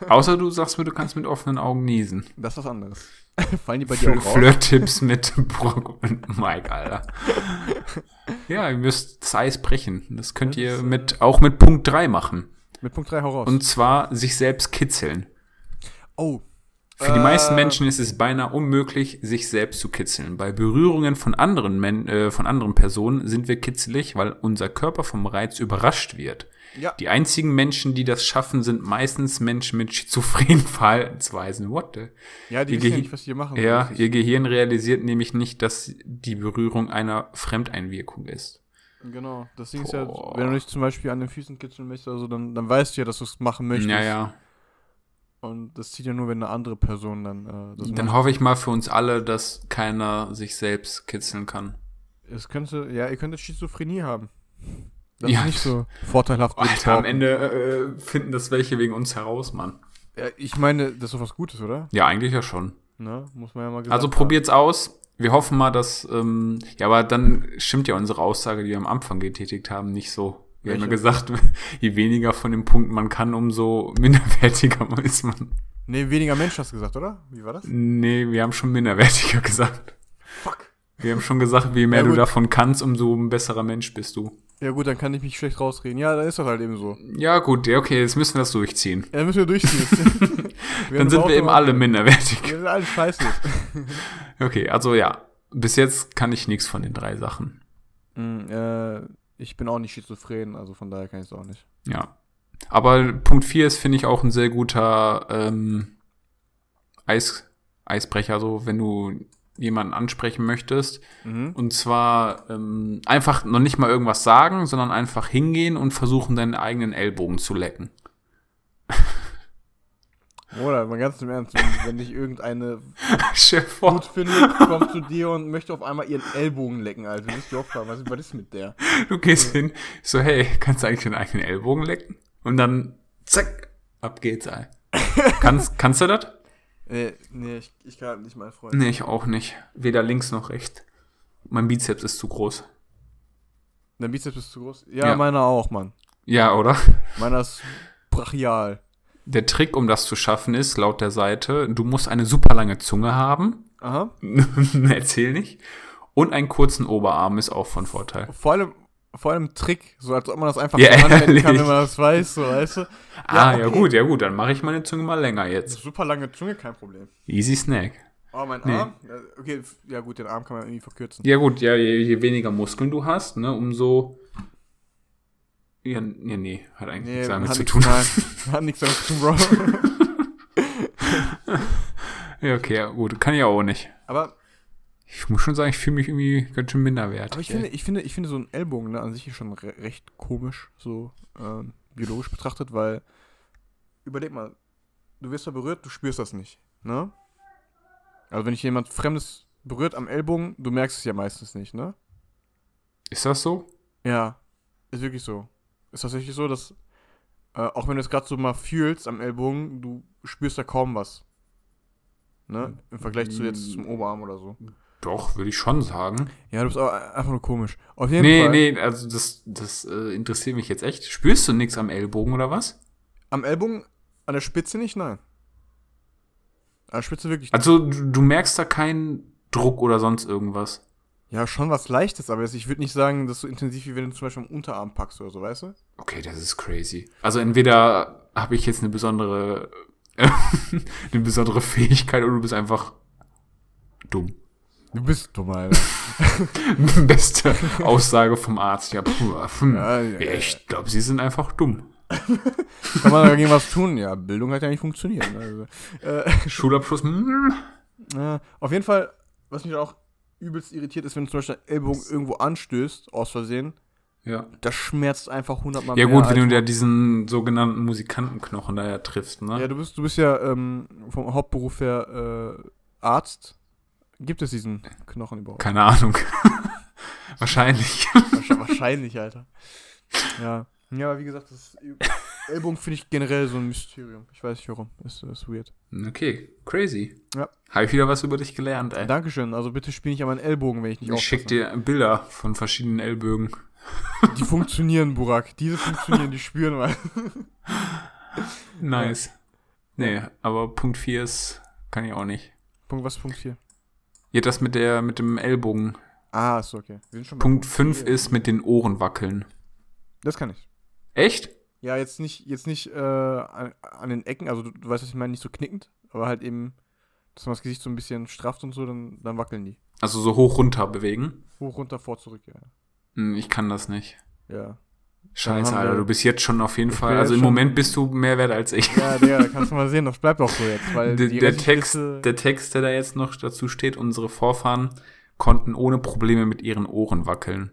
Speaker 2: Außer du sagst mir, du kannst mit offenen Augen niesen.
Speaker 1: Das ist was anderes. Fallen die bei dir
Speaker 2: Fl
Speaker 1: auch raus?
Speaker 2: Flirt-Tipps mit Brock und Mike, Alter. ja, ihr müsst das Eis brechen. Das könnt
Speaker 1: Das
Speaker 2: ihr
Speaker 1: ist, äh,
Speaker 2: mit, auch mit Punkt 3 machen.
Speaker 1: Mit Punkt 3 hau raus.
Speaker 2: Und zwar sich selbst kitzeln.
Speaker 1: oh.
Speaker 2: Für die meisten
Speaker 1: Äh,
Speaker 2: Menschen ist es beinahe unmöglich, sich selbst zu kitzeln. Bei Berührungen von anderen, Men äh, von anderen Personen sind wir kitzelig, weil unser Körper vom Reiz überrascht wird.
Speaker 1: Ja.
Speaker 2: Die einzigen Menschen, die das schaffen, sind meistens Menschen mit schizophrenen Verhaltensweisen. What the?
Speaker 1: Ja, die
Speaker 2: ihr
Speaker 1: wissen ja
Speaker 2: Gehir-
Speaker 1: nicht, was die hier machen.
Speaker 2: Ja,
Speaker 1: Das
Speaker 2: ihr Gehirn realisiert nämlich nicht, dass die Berührung einer Fremdeinwirkung ist.
Speaker 1: ist- Genau. Das Ding ist ja,
Speaker 2: Boah.
Speaker 1: wenn du nicht zum Beispiel an den Füßen kitzeln möchtest, also dann, dann weißt du ja, dass du es machen möchtest.
Speaker 2: Naja,
Speaker 1: Und das zieht ja nur, wenn eine andere Person dann äh, das
Speaker 2: dann hoffe ich mal für uns alle, dass keiner sich selbst kitzeln kann.
Speaker 1: Es könnte, ja, ihr könntet Schizophrenie haben. Das
Speaker 2: Ja.
Speaker 1: ist nicht so vorteilhaft. mit
Speaker 2: Alter, am
Speaker 1: Torben.
Speaker 2: Ende äh, finden das welche wegen uns heraus, Mann.
Speaker 1: Ja, ich meine, das ist doch was Gutes, oder?
Speaker 2: Ja, eigentlich ja schon.
Speaker 1: Ne? Muss man ja mal gesagt
Speaker 2: Also probiert's aus. Wir hoffen mal, dass. Ähm, ja, aber dann stimmt ja unsere Aussage, die wir am Anfang getätigt haben, nicht so. Wir haben ja
Speaker 1: Welche?
Speaker 2: gesagt, je weniger von den Punkten man kann, umso minderwertiger ist man.
Speaker 1: haben. Nee, weniger Mensch hast du gesagt, oder? Wie war das?
Speaker 2: Nee, wir haben schon minderwertiger gesagt.
Speaker 1: Fuck.
Speaker 2: Wir haben schon gesagt, je mehr
Speaker 1: Ja,
Speaker 2: du
Speaker 1: gut.
Speaker 2: davon kannst, umso ein besserer Mensch bist du.
Speaker 1: Ja gut, dann kann ich mich schlecht rausreden. Ja, dann ist das halt eben so.
Speaker 2: Ja, gut, ja, okay, jetzt müssen wir das durchziehen.
Speaker 1: Ja, dann müssen wir durchziehen. Wir
Speaker 2: Dann
Speaker 1: haben
Speaker 2: sind
Speaker 1: überhaupt
Speaker 2: wir eben
Speaker 1: noch-
Speaker 2: alle minderwertig.
Speaker 1: Wir sind alle scheiße.
Speaker 2: Okay, also ja, bis jetzt kann ich nichts von den drei Sachen.
Speaker 1: mm, äh, ich bin auch nicht schizophren, also von daher kann ich es auch nicht.
Speaker 2: Ja. Aber Punkt 4 ist, finde ich, auch ein sehr guter ähm, Eis, Eisbrecher, so wenn du jemanden ansprechen möchtest.
Speaker 1: Mhm.
Speaker 2: Und zwar ähm, einfach noch nicht mal irgendwas sagen, sondern einfach hingehen und versuchen, deinen eigenen Ellbogen zu lecken.
Speaker 1: Oder mal ganz im Ernst, wenn, wenn dich irgendeine
Speaker 2: Stell dir vor,
Speaker 1: gut findet, kommt zu dir und möchte auf einmal ihren Ellbogen lecken, Alter. Du bist die Aufgabe. Was, was ist mit der?
Speaker 2: du gehst hin, so, hey, kannst du eigentlich deinen eigenen Ellbogen lecken? Und dann, zack, ab geht's, ey. kannst, kannst du das?
Speaker 1: Äh, nee, ich, ich kann halt nicht mal Freund.
Speaker 2: Nee, ich auch nicht. Weder links noch rechts. Mein Bizeps ist zu groß.
Speaker 1: Dein Bizeps ist zu groß. Ja,
Speaker 2: Ja.
Speaker 1: meiner auch, Mann.
Speaker 2: Ja, oder?
Speaker 1: Meiner ist brachial.
Speaker 2: Der Trick, um das zu schaffen, ist, laut der Seite, du musst eine super lange Zunge haben.
Speaker 1: Aha.
Speaker 2: Erzähl nicht. Und einen kurzen Oberarm ist auch von Vorteil.
Speaker 1: Vor allem, vor allem Trick, so als ob man das einfach
Speaker 2: Ja,
Speaker 1: so anwenden kann,
Speaker 2: ehrlich.
Speaker 1: wenn man das weiß, so weißt du.
Speaker 2: ah, ja
Speaker 1: okay.
Speaker 2: gut, ja gut, dann mache ich meine Zunge mal länger jetzt.
Speaker 1: Super lange Zunge, kein Problem.
Speaker 2: Easy Snack.
Speaker 1: Oh, mein
Speaker 2: Nee.
Speaker 1: Arm? Ja, Okay, f- ja gut, den Arm kann man irgendwie verkürzen.
Speaker 2: Ja gut, ja, je, je weniger Muskeln du hast, ne, umso... Ja, nee, nee, hat eigentlich nichts damit
Speaker 1: hat
Speaker 2: zu
Speaker 1: nix-
Speaker 2: tun.
Speaker 1: Nein, hat nichts damit zu tun, Bro.
Speaker 2: Ja, okay, ja, gut, kann ich auch nicht.
Speaker 1: Aber,
Speaker 2: Ich muss schon sagen, ich fühle mich irgendwie ganz schön minderwertig.
Speaker 1: aber ich,
Speaker 2: ey.
Speaker 1: finde, ich, finde, ich finde so einen Ellbogen ne, an sich ist schon re recht komisch, so ähm, biologisch betrachtet, weil, überleg mal, du wirst da berührt, du spürst das nicht, ne? Also wenn dich jemand Fremdes berührt am Ellbogen, du merkst es ja meistens nicht, ne?
Speaker 2: Ist das so?
Speaker 1: Ja, ist wirklich so. Ist tatsächlich so, dass äh, auch wenn du es gerade so mal fühlst am Ellbogen, du spürst da kaum was. Ne? Im Vergleich zu jetzt zum Oberarm oder so.
Speaker 2: Doch, würde ich schon sagen.
Speaker 1: Ja, du bist auch einfach nur komisch. Auf jeden
Speaker 2: Nee,
Speaker 1: Fall.
Speaker 2: nee, also das, das äh, interessiert mich jetzt echt. Spürst du nichts am Ellbogen oder was?
Speaker 1: Am Ellbogen, an der Spitze nicht, nein. An der Spitze wirklich. nicht.
Speaker 2: Also du, du merkst da keinen Druck oder sonst irgendwas.
Speaker 1: Ja, schon was Leichtes, aber jetzt- ich würde nicht sagen, das ist so intensiv, wie wenn du zum Beispiel am Unterarm packst oder so, weißt du?
Speaker 2: Okay, das ist crazy. Also entweder habe ich jetzt eine besondere eine besondere Fähigkeit oder du bist einfach dumm.
Speaker 1: Du bist dumm, Alter.
Speaker 2: Beste Aussage vom Arzt. Ja, puh, hm.
Speaker 1: Ja,
Speaker 2: ja,
Speaker 1: ja, ja.
Speaker 2: ich glaube, sie sind einfach dumm.
Speaker 1: Kann man dagegen was tun? Ja, Bildung hat ja nicht funktioniert. ne? Also, äh,
Speaker 2: Schulabschluss. Hm.
Speaker 1: Ja, auf jeden Fall, was mich auch übelst irritiert ist, wenn du zum Beispiel deinen Ellbogen irgendwo anstößt, aus Versehen,
Speaker 2: Ja.
Speaker 1: das schmerzt einfach hundertmal
Speaker 2: Ja
Speaker 1: mehr.
Speaker 2: gut, wenn du
Speaker 1: als-
Speaker 2: ja diesen sogenannten Musikantenknochen da ja triffst, ne?
Speaker 1: Ja, du bist, du bist ja ähm, vom Hauptberuf her äh, Arzt. Gibt es diesen Knochen überhaupt?
Speaker 2: Keine Ahnung. Wahrscheinlich.
Speaker 1: Wahrscheinlich, Wahrscheinlich, Alter. Ja. Ja, aber wie gesagt, das ist Ellbogen finde ich generell so ein Mysterium. Ich weiß nicht warum. Ist, ist weird.
Speaker 2: Okay, crazy.
Speaker 1: Ja.
Speaker 2: Habe ich wieder was über dich gelernt, ey.
Speaker 1: Dankeschön. Also bitte spiel nicht an meinen Ellbogen, wenn ich nicht
Speaker 2: Ich schick dir Bilder von verschiedenen Ellbögen.
Speaker 1: aufpasse. Die funktionieren, Burak. Diese funktionieren, die spüren wir.
Speaker 2: Nice. Nee, aber Punkt 4 ist, kann ich auch nicht.
Speaker 1: Punkt, was ist Punkt 4?
Speaker 2: Ja, das mit der, mit dem Ellbogen.
Speaker 1: Ah, ist okay. Wir sind schon bei
Speaker 2: Punkt 5
Speaker 1: vier.
Speaker 2: ist mit den Ohren wackeln.
Speaker 1: Das kann ich.
Speaker 2: Echt?
Speaker 1: Ja, jetzt nicht, jetzt nicht äh, an, an den Ecken, also du, du weißt, was ich meine, nicht so knickend, aber halt eben, dass man das Gesicht so ein bisschen strafft und so, dann, dann wackeln die.
Speaker 2: Also so hoch runter bewegen?
Speaker 1: Hoch, runter, vor, zurück, ja.
Speaker 2: Hm, Ich kann das nicht.
Speaker 1: Ja,
Speaker 2: Scheiße,
Speaker 1: haben wir-
Speaker 2: Alter, du bist jetzt schon auf jeden
Speaker 1: Ich
Speaker 2: Fall.
Speaker 1: bin
Speaker 2: Also
Speaker 1: jetzt
Speaker 2: im
Speaker 1: schon-
Speaker 2: Moment bist du mehr wert als ich.
Speaker 1: ja Digga, da kannst du mal sehen, das bleibt auch so jetzt, weil
Speaker 2: Der,
Speaker 1: die
Speaker 2: der,
Speaker 1: restlichen
Speaker 2: Text,
Speaker 1: Liste-
Speaker 2: der Text, der da jetzt noch dazu steht, unsere Vorfahren konnten ohne Probleme mit ihren Ohren wackeln.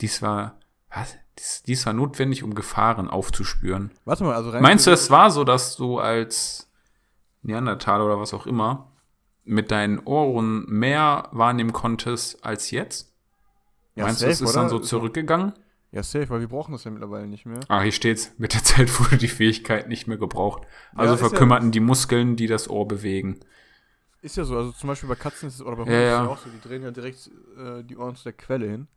Speaker 2: Dies war, was? Dies, dies war notwendig, um Gefahren aufzuspüren.
Speaker 1: Warte mal, also rein.
Speaker 2: Meinst du, es war so, dass du als Neandertaler oder was auch immer mit deinen Ohren mehr wahrnehmen konntest als jetzt?
Speaker 1: ja,
Speaker 2: Meinst
Speaker 1: safe,
Speaker 2: du, es ist
Speaker 1: oder? Also,
Speaker 2: dann so zurückgegangen?
Speaker 1: Ja, safe, weil wir brauchen das ja mittlerweile nicht mehr.
Speaker 2: Ah, hier steht's. Mit der Zeit wurde die Fähigkeit nicht mehr gebraucht. Also
Speaker 1: ist ja-
Speaker 2: verkümmerten die Muskeln, die das Ohr bewegen.
Speaker 1: Ist ja so, also zum Beispiel bei Katzen ist es, oder bei Hunden
Speaker 2: Ja,
Speaker 1: ist es
Speaker 2: ja.
Speaker 1: ja auch so, die drehen ja direkt äh, die Ohren zu der Quelle hin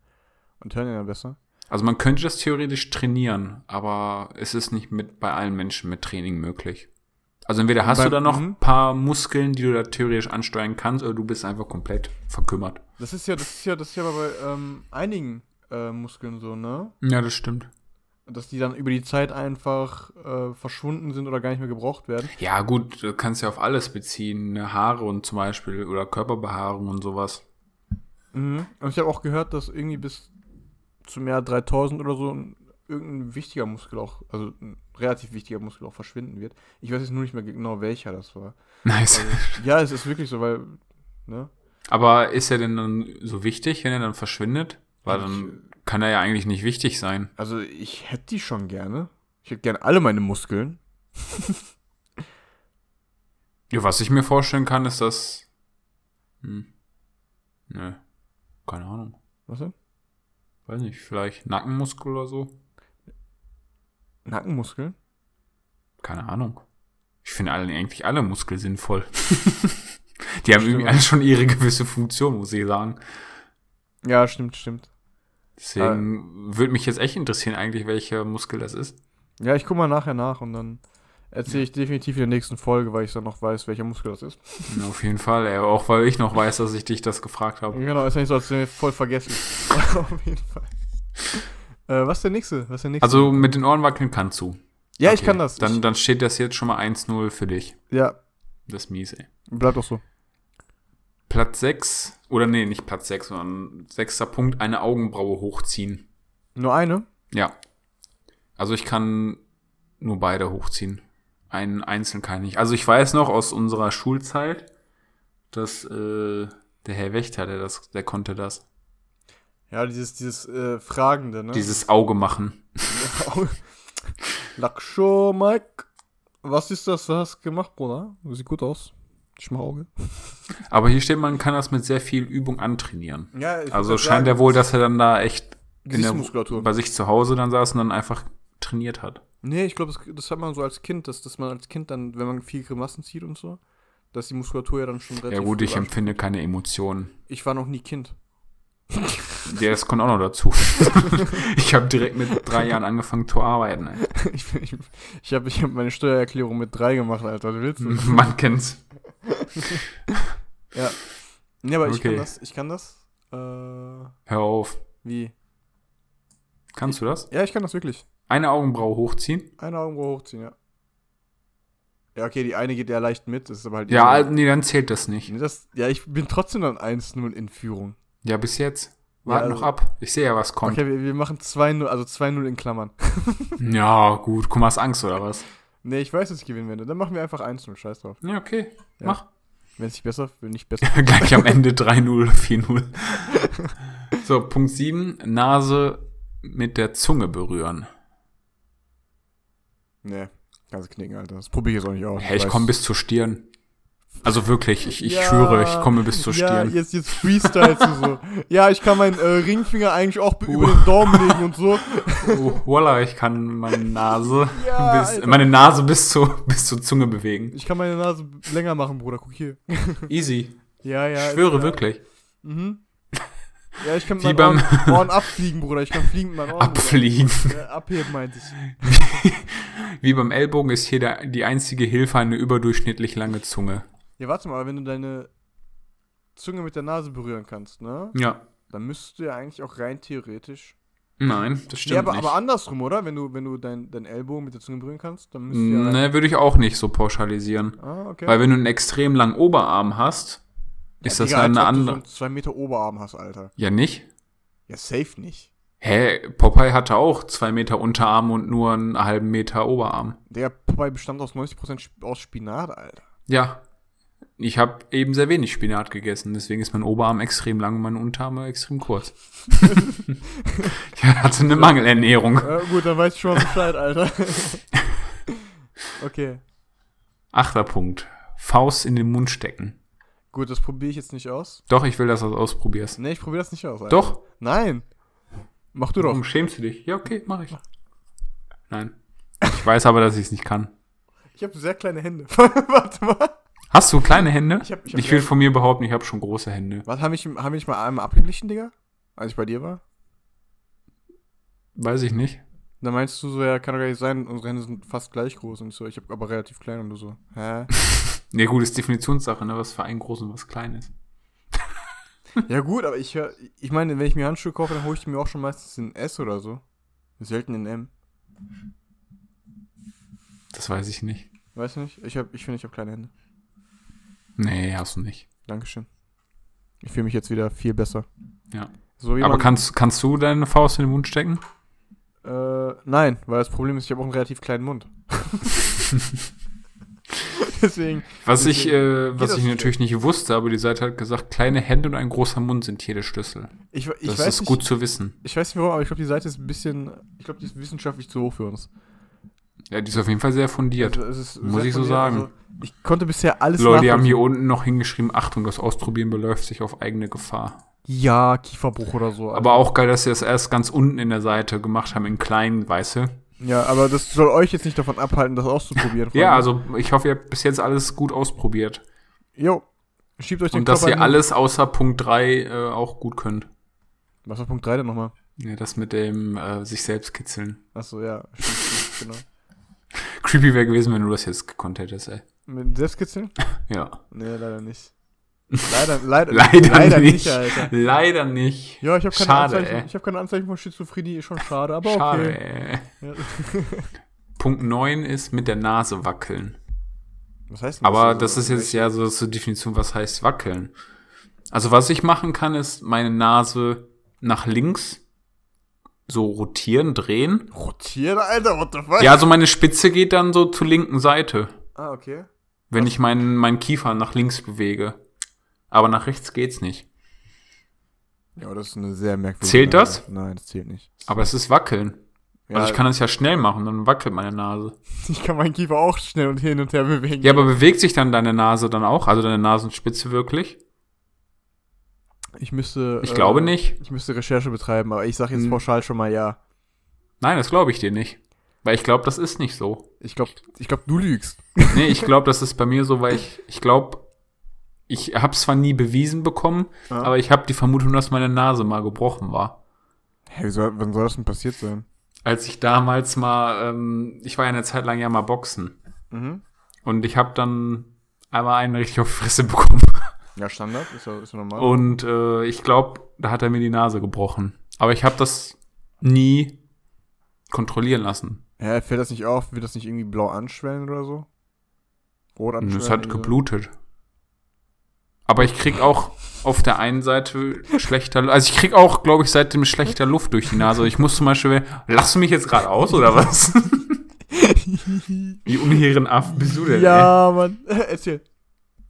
Speaker 1: und hören ja besser.
Speaker 2: Also man könnte das theoretisch trainieren, aber es ist nicht mit bei allen Menschen mit Training möglich. Also entweder hast
Speaker 1: Beim-
Speaker 2: du da noch
Speaker 1: mhm.
Speaker 2: ein paar Muskeln, die du da theoretisch ansteuern kannst, oder du bist einfach komplett verkümmert.
Speaker 1: Das ist ja, das ist ja, das ist ja bei ähm, einigen äh, Muskeln so, ne?
Speaker 2: Ja, das stimmt.
Speaker 1: Dass die dann über die Zeit einfach äh, verschwunden sind oder gar nicht mehr gebraucht werden.
Speaker 2: Ja, gut, du kannst ja auf alles beziehen. ne? Haare und zum Beispiel oder Körperbehaarung und sowas.
Speaker 1: Mhm. Und ich habe auch gehört, dass irgendwie bis zum Jahr 3000 oder so ein, irgendein wichtiger Muskel auch, also ein relativ wichtiger Muskel auch verschwinden wird. Ich weiß jetzt nur nicht mehr genau, welcher das war.
Speaker 2: Nice.
Speaker 1: Ja, es ist wirklich so, weil, ne?
Speaker 2: Also, Aber ist er denn dann so wichtig, wenn er dann verschwindet? Weil dann kann er ja eigentlich nicht wichtig sein.
Speaker 1: Also ich hätte die schon gerne. Ich hätte gerne alle meine Muskeln.
Speaker 2: Ja, was ich mir vorstellen kann, ist das. Hm. Nö. Keine Ahnung.
Speaker 1: Was denn?
Speaker 2: Weiß nicht, vielleicht Nackenmuskel oder so?
Speaker 1: Nackenmuskeln?
Speaker 2: Keine Ahnung. Ich finde alle, eigentlich alle Muskeln sinnvoll. Die haben irgendwie
Speaker 1: Stimmt.
Speaker 2: alle schon ihre gewisse Funktion, muss ich sagen.
Speaker 1: Ja, stimmt, stimmt.
Speaker 2: Deswegen würde mich jetzt echt interessieren, eigentlich, welcher Muskel das ist.
Speaker 1: Ja, ich guck mal nachher nach und dann erzähle ich definitiv in der nächsten Folge, weil ich dann noch weiß, welcher Muskel das ist.
Speaker 2: Ja, auf jeden Fall, ey. auch weil ich noch weiß, dass ich dich das gefragt habe.
Speaker 1: Genau, ist ja nicht so, als wäre voll vergessen. Auf jeden Fall. Äh, was ist der nächste? Was ist der nächste?
Speaker 2: Also mit den Ohren wackeln kannst du.
Speaker 1: ja, ich
Speaker 2: Okay,
Speaker 1: kann das.
Speaker 2: Dann, dann steht das jetzt schon mal 1-0 für dich.
Speaker 1: ich, ja,
Speaker 2: Das ist mies, ey.
Speaker 1: bleibt auch so.
Speaker 2: Platz 6, oder nee, nicht Platz 6, sondern sechster Punkt, eine Augenbraue hochziehen.
Speaker 1: Nur eine?
Speaker 2: Ja. Also ich kann nur beide hochziehen. Einen einzeln kann ich nicht. Also ich weiß noch aus unserer Schulzeit, dass äh, der Herr Wächter, der das, der konnte das.
Speaker 1: Ja, dieses, dieses äh, Fragende, ne?
Speaker 2: Dieses Auge machen.
Speaker 1: Lackshow, Mike. Was ist das? Was hast du gemacht, Bruder? Sieht gut aus. Ich mach Auge.
Speaker 2: Aber hier steht, man kann das mit sehr viel Übung antrainieren.
Speaker 1: Ja, ich
Speaker 2: Also scheint ja wohl, dass er dann da echt in der,
Speaker 1: Gesichtsmuskulatur.
Speaker 2: bei sich zu Hause dann saß und dann einfach trainiert hat.
Speaker 1: Nee, ich glaube, das, das hat man so als Kind, dass, dass man als Kind dann, wenn man viel Grimassen zieht und so, dass die Muskulatur ja dann schon relativ.
Speaker 2: Ja gut,
Speaker 1: früh
Speaker 2: ich
Speaker 1: ansch-
Speaker 2: empfinde keine Emotionen.
Speaker 1: ich war noch nie Kind.
Speaker 2: Der ist kommt auch noch dazu. ich habe direkt mit drei Jahren angefangen zu arbeiten. Ey.
Speaker 1: Ich, bin- ich, ich habe ich hab meine Steuererklärung mit drei gemacht, Alter. Was willst du?
Speaker 2: Man kennt's.
Speaker 1: Ja. Nee, aber ich
Speaker 2: Okay.
Speaker 1: kann das. Ich kann das. Äh,
Speaker 2: Hör auf.
Speaker 1: wie?
Speaker 2: Kannst du das?
Speaker 1: Ja, ich kann das wirklich.
Speaker 2: Eine Augenbraue hochziehen?
Speaker 1: Eine Augenbraue hochziehen, ja. Ja, okay, die eine geht ja leicht mit, das ist aber halt.
Speaker 2: Ja, also-
Speaker 1: eher-
Speaker 2: nee, dann zählt das nicht.
Speaker 1: Nee, das, ja, ich bin trotzdem dann 1-0 in Führung.
Speaker 2: Ja, bis jetzt. Wart
Speaker 1: Ja,
Speaker 2: noch
Speaker 1: also-
Speaker 2: ab. Ich sehe ja, was kommt.
Speaker 1: Okay, wir, wir machen 2-0, also 2-0 in Klammern.
Speaker 2: Ja, gut. Guck mal, hast Angst oder was?
Speaker 1: Nee, ich weiß, dass ich gewinnen werde. Dann machen wir einfach 1-0, scheiß drauf.
Speaker 2: Ja, okay.
Speaker 1: Ja.
Speaker 2: Mach.
Speaker 1: Wenn es nicht besser, wenn nicht besser.
Speaker 2: Gleich am Ende 3-0 oder 4-0. so, Punkt 7. Nase mit der Zunge berühren.
Speaker 1: nee, kannst du knicken, Alter. Das probiere ich jetzt auch nicht aus.
Speaker 2: Hey, ich
Speaker 1: Oh, weiß-
Speaker 2: komme bis zur Stirn. Also wirklich, ich, ich schwöre, ich komme bis zur
Speaker 1: Ja,
Speaker 2: Stirn.
Speaker 1: jetzt, jetzt freestylst du so. Ja, ich kann meinen äh, Ringfinger eigentlich auch be- über den Daumen legen und so.
Speaker 2: Oh, voila, ich kann meine Nase,
Speaker 1: Ja,
Speaker 2: bis,
Speaker 1: Alter.
Speaker 2: meine Nase bis, zur, bis zur Zunge bewegen.
Speaker 1: Ich kann meine Nase länger machen, Bruder, guck hier.
Speaker 2: Easy.
Speaker 1: Ja, ja.
Speaker 2: ich
Speaker 1: ist
Speaker 2: schwöre
Speaker 1: klar.
Speaker 2: wirklich.
Speaker 1: Mhm. Ja, ich kann mit
Speaker 2: Wie
Speaker 1: meinen Ohren, Ohren abfliegen, Bruder. Ich kann fliegen mit meinen Ohren.
Speaker 2: Abfliegen.
Speaker 1: Bruder. Äh, abheben, meinte ich.
Speaker 2: Wie beim Ellbogen ist hier der, die einzige Hilfe eine überdurchschnittlich lange Zunge.
Speaker 1: Ja, warte mal, aber wenn du deine Zunge mit der Nase berühren kannst, ne?
Speaker 2: Ja.
Speaker 1: Dann müsstest du ja eigentlich auch rein theoretisch.
Speaker 2: Nein, das stimmt
Speaker 1: ja, aber,
Speaker 2: nicht.
Speaker 1: aber andersrum, oder? Wenn du, wenn du dein, dein Ellbogen mit der Zunge berühren kannst, dann müsstest du ja.
Speaker 2: ne, würde ich auch nicht so pauschalisieren.
Speaker 1: Ah, okay.
Speaker 2: Weil wenn du einen extrem langen Oberarm hast, ist das
Speaker 1: Digga,
Speaker 2: dann eine
Speaker 1: als ob du
Speaker 2: andere.
Speaker 1: So einen 2 Meter Oberarm hast, Alter.
Speaker 2: ja, nicht?
Speaker 1: Ja, safe nicht.
Speaker 2: Hä, Popeye hatte auch zwei Meter Unterarm und nur einen halben Meter Oberarm.
Speaker 1: Der Popeye bestand aus 90% Sp- aus Spinat, Alter.
Speaker 2: Ja. Ich habe eben sehr wenig Spinat gegessen, deswegen ist mein Oberarm extrem lang und meine Unterarme extrem kurz. ich hatte eine Mangelernährung.
Speaker 1: Ja, gut, dann weiß ich schon mal Bescheid, Alter. okay.
Speaker 2: Achter Punkt. Faust in den Mund stecken.
Speaker 1: Gut, das probiere ich jetzt nicht aus.
Speaker 2: Doch, ich will, dass du das ausprobierst.
Speaker 1: Nee, ich probiere das nicht aus, Alter.
Speaker 2: Doch.
Speaker 1: Nein. Mach du doch.
Speaker 2: Warum schämst du dich? Ja, okay, mach ich. Nein. Ich weiß aber, dass ich es nicht kann.
Speaker 1: Ich habe sehr kleine Hände. Warte mal.
Speaker 2: Hast du kleine Hände? Ich,
Speaker 1: Ich hab- ich hab
Speaker 2: will
Speaker 1: kleine-
Speaker 2: von mir behaupten, ich habe schon große Hände.
Speaker 1: Was, haben wir haben mich mal einmal abgeglichen, Digga? Als ich bei dir war?
Speaker 2: Weiß ich nicht.
Speaker 1: Da meinst du so, ja, kann doch gar nicht sein, unsere Hände sind fast gleich groß und so. Ich habe aber relativ klein und du so. Hä?
Speaker 2: Ja gut, ist Definitionssache, ne? Was für einen groß und was klein ist.
Speaker 1: Ja gut, aber ich hör, ich meine, wenn ich mir Handschuhe kaufe, dann hole ich die mir auch schon meistens in S oder so. Selten in M.
Speaker 2: Das weiß ich nicht.
Speaker 1: Weiß nicht. Ich hab, ich finde, ich habe kleine Hände.
Speaker 2: Nee, hast du nicht.
Speaker 1: Dankeschön. Ich fühle mich jetzt wieder viel besser.
Speaker 2: Ja.
Speaker 1: So
Speaker 2: Aber
Speaker 1: jemand,
Speaker 2: kannst, kannst du deine Faust in den Mund stecken?
Speaker 1: äh, nein, weil das Problem ist, ich habe auch einen relativ kleinen Mund. Deswegen,
Speaker 2: Was ich,
Speaker 1: Deswegen
Speaker 2: äh, was
Speaker 1: das
Speaker 2: ich
Speaker 1: nicht.
Speaker 2: natürlich nicht wusste, aber die Seite hat gesagt, kleine Hände und ein großer Mund sind hier der Schlüssel.
Speaker 1: ich, ich
Speaker 2: Das
Speaker 1: weiß
Speaker 2: ist
Speaker 1: nicht,
Speaker 2: gut zu wissen.
Speaker 1: ich weiß nicht warum, aber ich glaube, die Seite ist ein bisschen, ich glaube, die ist wissenschaftlich zu hoch für uns.
Speaker 2: Ja, die ist auf jeden Fall sehr fundiert.
Speaker 1: Also, es ist
Speaker 2: muss
Speaker 1: sehr
Speaker 2: ich so
Speaker 1: von dir-
Speaker 2: sagen.
Speaker 1: also, ich konnte bisher alles
Speaker 2: Leute, die haben
Speaker 1: nachvollziehen.
Speaker 2: hier unten noch hingeschrieben, Achtung, das Ausprobieren beläuft sich auf eigene Gefahr.
Speaker 1: Ja, Kieferbruch oder so.
Speaker 2: Aber auch geil, dass sie das erst ganz unten in der Seite gemacht haben, in klein, weißt du?
Speaker 1: Ja, aber das soll euch jetzt nicht davon abhalten, das auszuprobieren.
Speaker 2: Ja, also ich hoffe, ihr habt bis jetzt alles gut ausprobiert.
Speaker 1: Jo, schiebt euch den
Speaker 2: Und dass
Speaker 1: Körper
Speaker 2: ihr
Speaker 1: in-
Speaker 2: alles außer Punkt 3 äh, auch gut könnt.
Speaker 1: Was war Punkt 3 denn nochmal?
Speaker 2: Ja, das mit dem äh, sich selbst kitzeln.
Speaker 1: Achso, ja. Stimmt, stimmt, genau.
Speaker 2: Creepy wäre gewesen, wenn du das jetzt gekonnt hättest, ey.
Speaker 1: Mit Selbstkitzeln?
Speaker 2: Ja.
Speaker 1: Nee, leider nicht. Leider, leider,
Speaker 2: Leider, nicht.
Speaker 1: Alter.
Speaker 2: Leider nicht.
Speaker 1: Ja, ich habe keine,
Speaker 2: Schade, ey.
Speaker 1: Anzeichen- ich hab keine Anzeichen von Schizophrenie, ist schon schade, aber
Speaker 2: Schade,
Speaker 1: okay.
Speaker 2: ey.
Speaker 1: Ja.
Speaker 2: Punkt 9 ist mit der Nase wackeln.
Speaker 1: Was heißt denn
Speaker 2: Aber
Speaker 1: das
Speaker 2: das ist jetzt ja so zur Definition, was heißt wackeln. Also was ich machen kann, ist meine Nase nach links so rotieren, drehen.
Speaker 1: Rotieren, Alter, what the fuck?
Speaker 2: Ja, also meine Spitze geht dann so zur linken Seite,
Speaker 1: Ah, okay.
Speaker 2: wenn ich meinen meinen Kiefer nach links bewege. Aber nach rechts geht's nicht.
Speaker 1: Ja, aber das ist eine sehr merkwürdige.
Speaker 2: Zählt das?
Speaker 1: Nein, das zählt nicht.
Speaker 2: Aber es ist wackeln.
Speaker 1: Ja,
Speaker 2: Also ich kann es ja schnell machen, dann wackelt meine Nase.
Speaker 1: ich kann meinen Kiefer auch schnell und hin und her bewegen.
Speaker 2: Ja, aber bewegt sich dann deine Nase dann auch? Also deine Nasenspitze wirklich?
Speaker 1: ich müsste.
Speaker 2: Ich
Speaker 1: äh,
Speaker 2: glaube nicht.
Speaker 1: Ich müsste Recherche betreiben, aber ich sage jetzt
Speaker 2: Hm.
Speaker 1: pauschal schon mal ja.
Speaker 2: Nein, das glaube ich dir nicht. Weil ich glaube, das ist nicht so.
Speaker 1: Ich glaube, ich glaub, du lügst.
Speaker 2: Nee, ich glaube, das ist bei mir so, weil ich, ich glaube, ich habe zwar nie bewiesen bekommen,
Speaker 1: Ja.
Speaker 2: aber ich habe die Vermutung, dass meine Nase mal gebrochen war.
Speaker 1: Hä, wieso, wann soll das denn passiert sein?
Speaker 2: Als ich damals mal, ähm, ich war ja eine Zeit lang ja mal boxen
Speaker 1: Mhm.
Speaker 2: und ich habe dann einmal einen richtig auf die Fresse bekommen.
Speaker 1: Ja, Standard, ist ja, ist ja normal.
Speaker 2: Und äh, ich glaube, da hat er mir die Nase gebrochen. Aber ich habe das nie kontrollieren lassen.
Speaker 1: Hä, fällt das nicht auf? Wird das nicht irgendwie blau anschwellen oder so? Rot
Speaker 2: Und
Speaker 1: anschwellen?
Speaker 2: es hat
Speaker 1: oder so?
Speaker 2: geblutet. Aber ich krieg auch auf der einen Seite schlechter, also ich krieg auch, glaube ich, seitdem schlechter Luft durch die Nase. Ich muss zum Beispiel, lachst du mich jetzt gerade aus oder was? Wie unheeren Aff bist du denn?
Speaker 1: ja, Mann. Erzähl.
Speaker 2: Ey?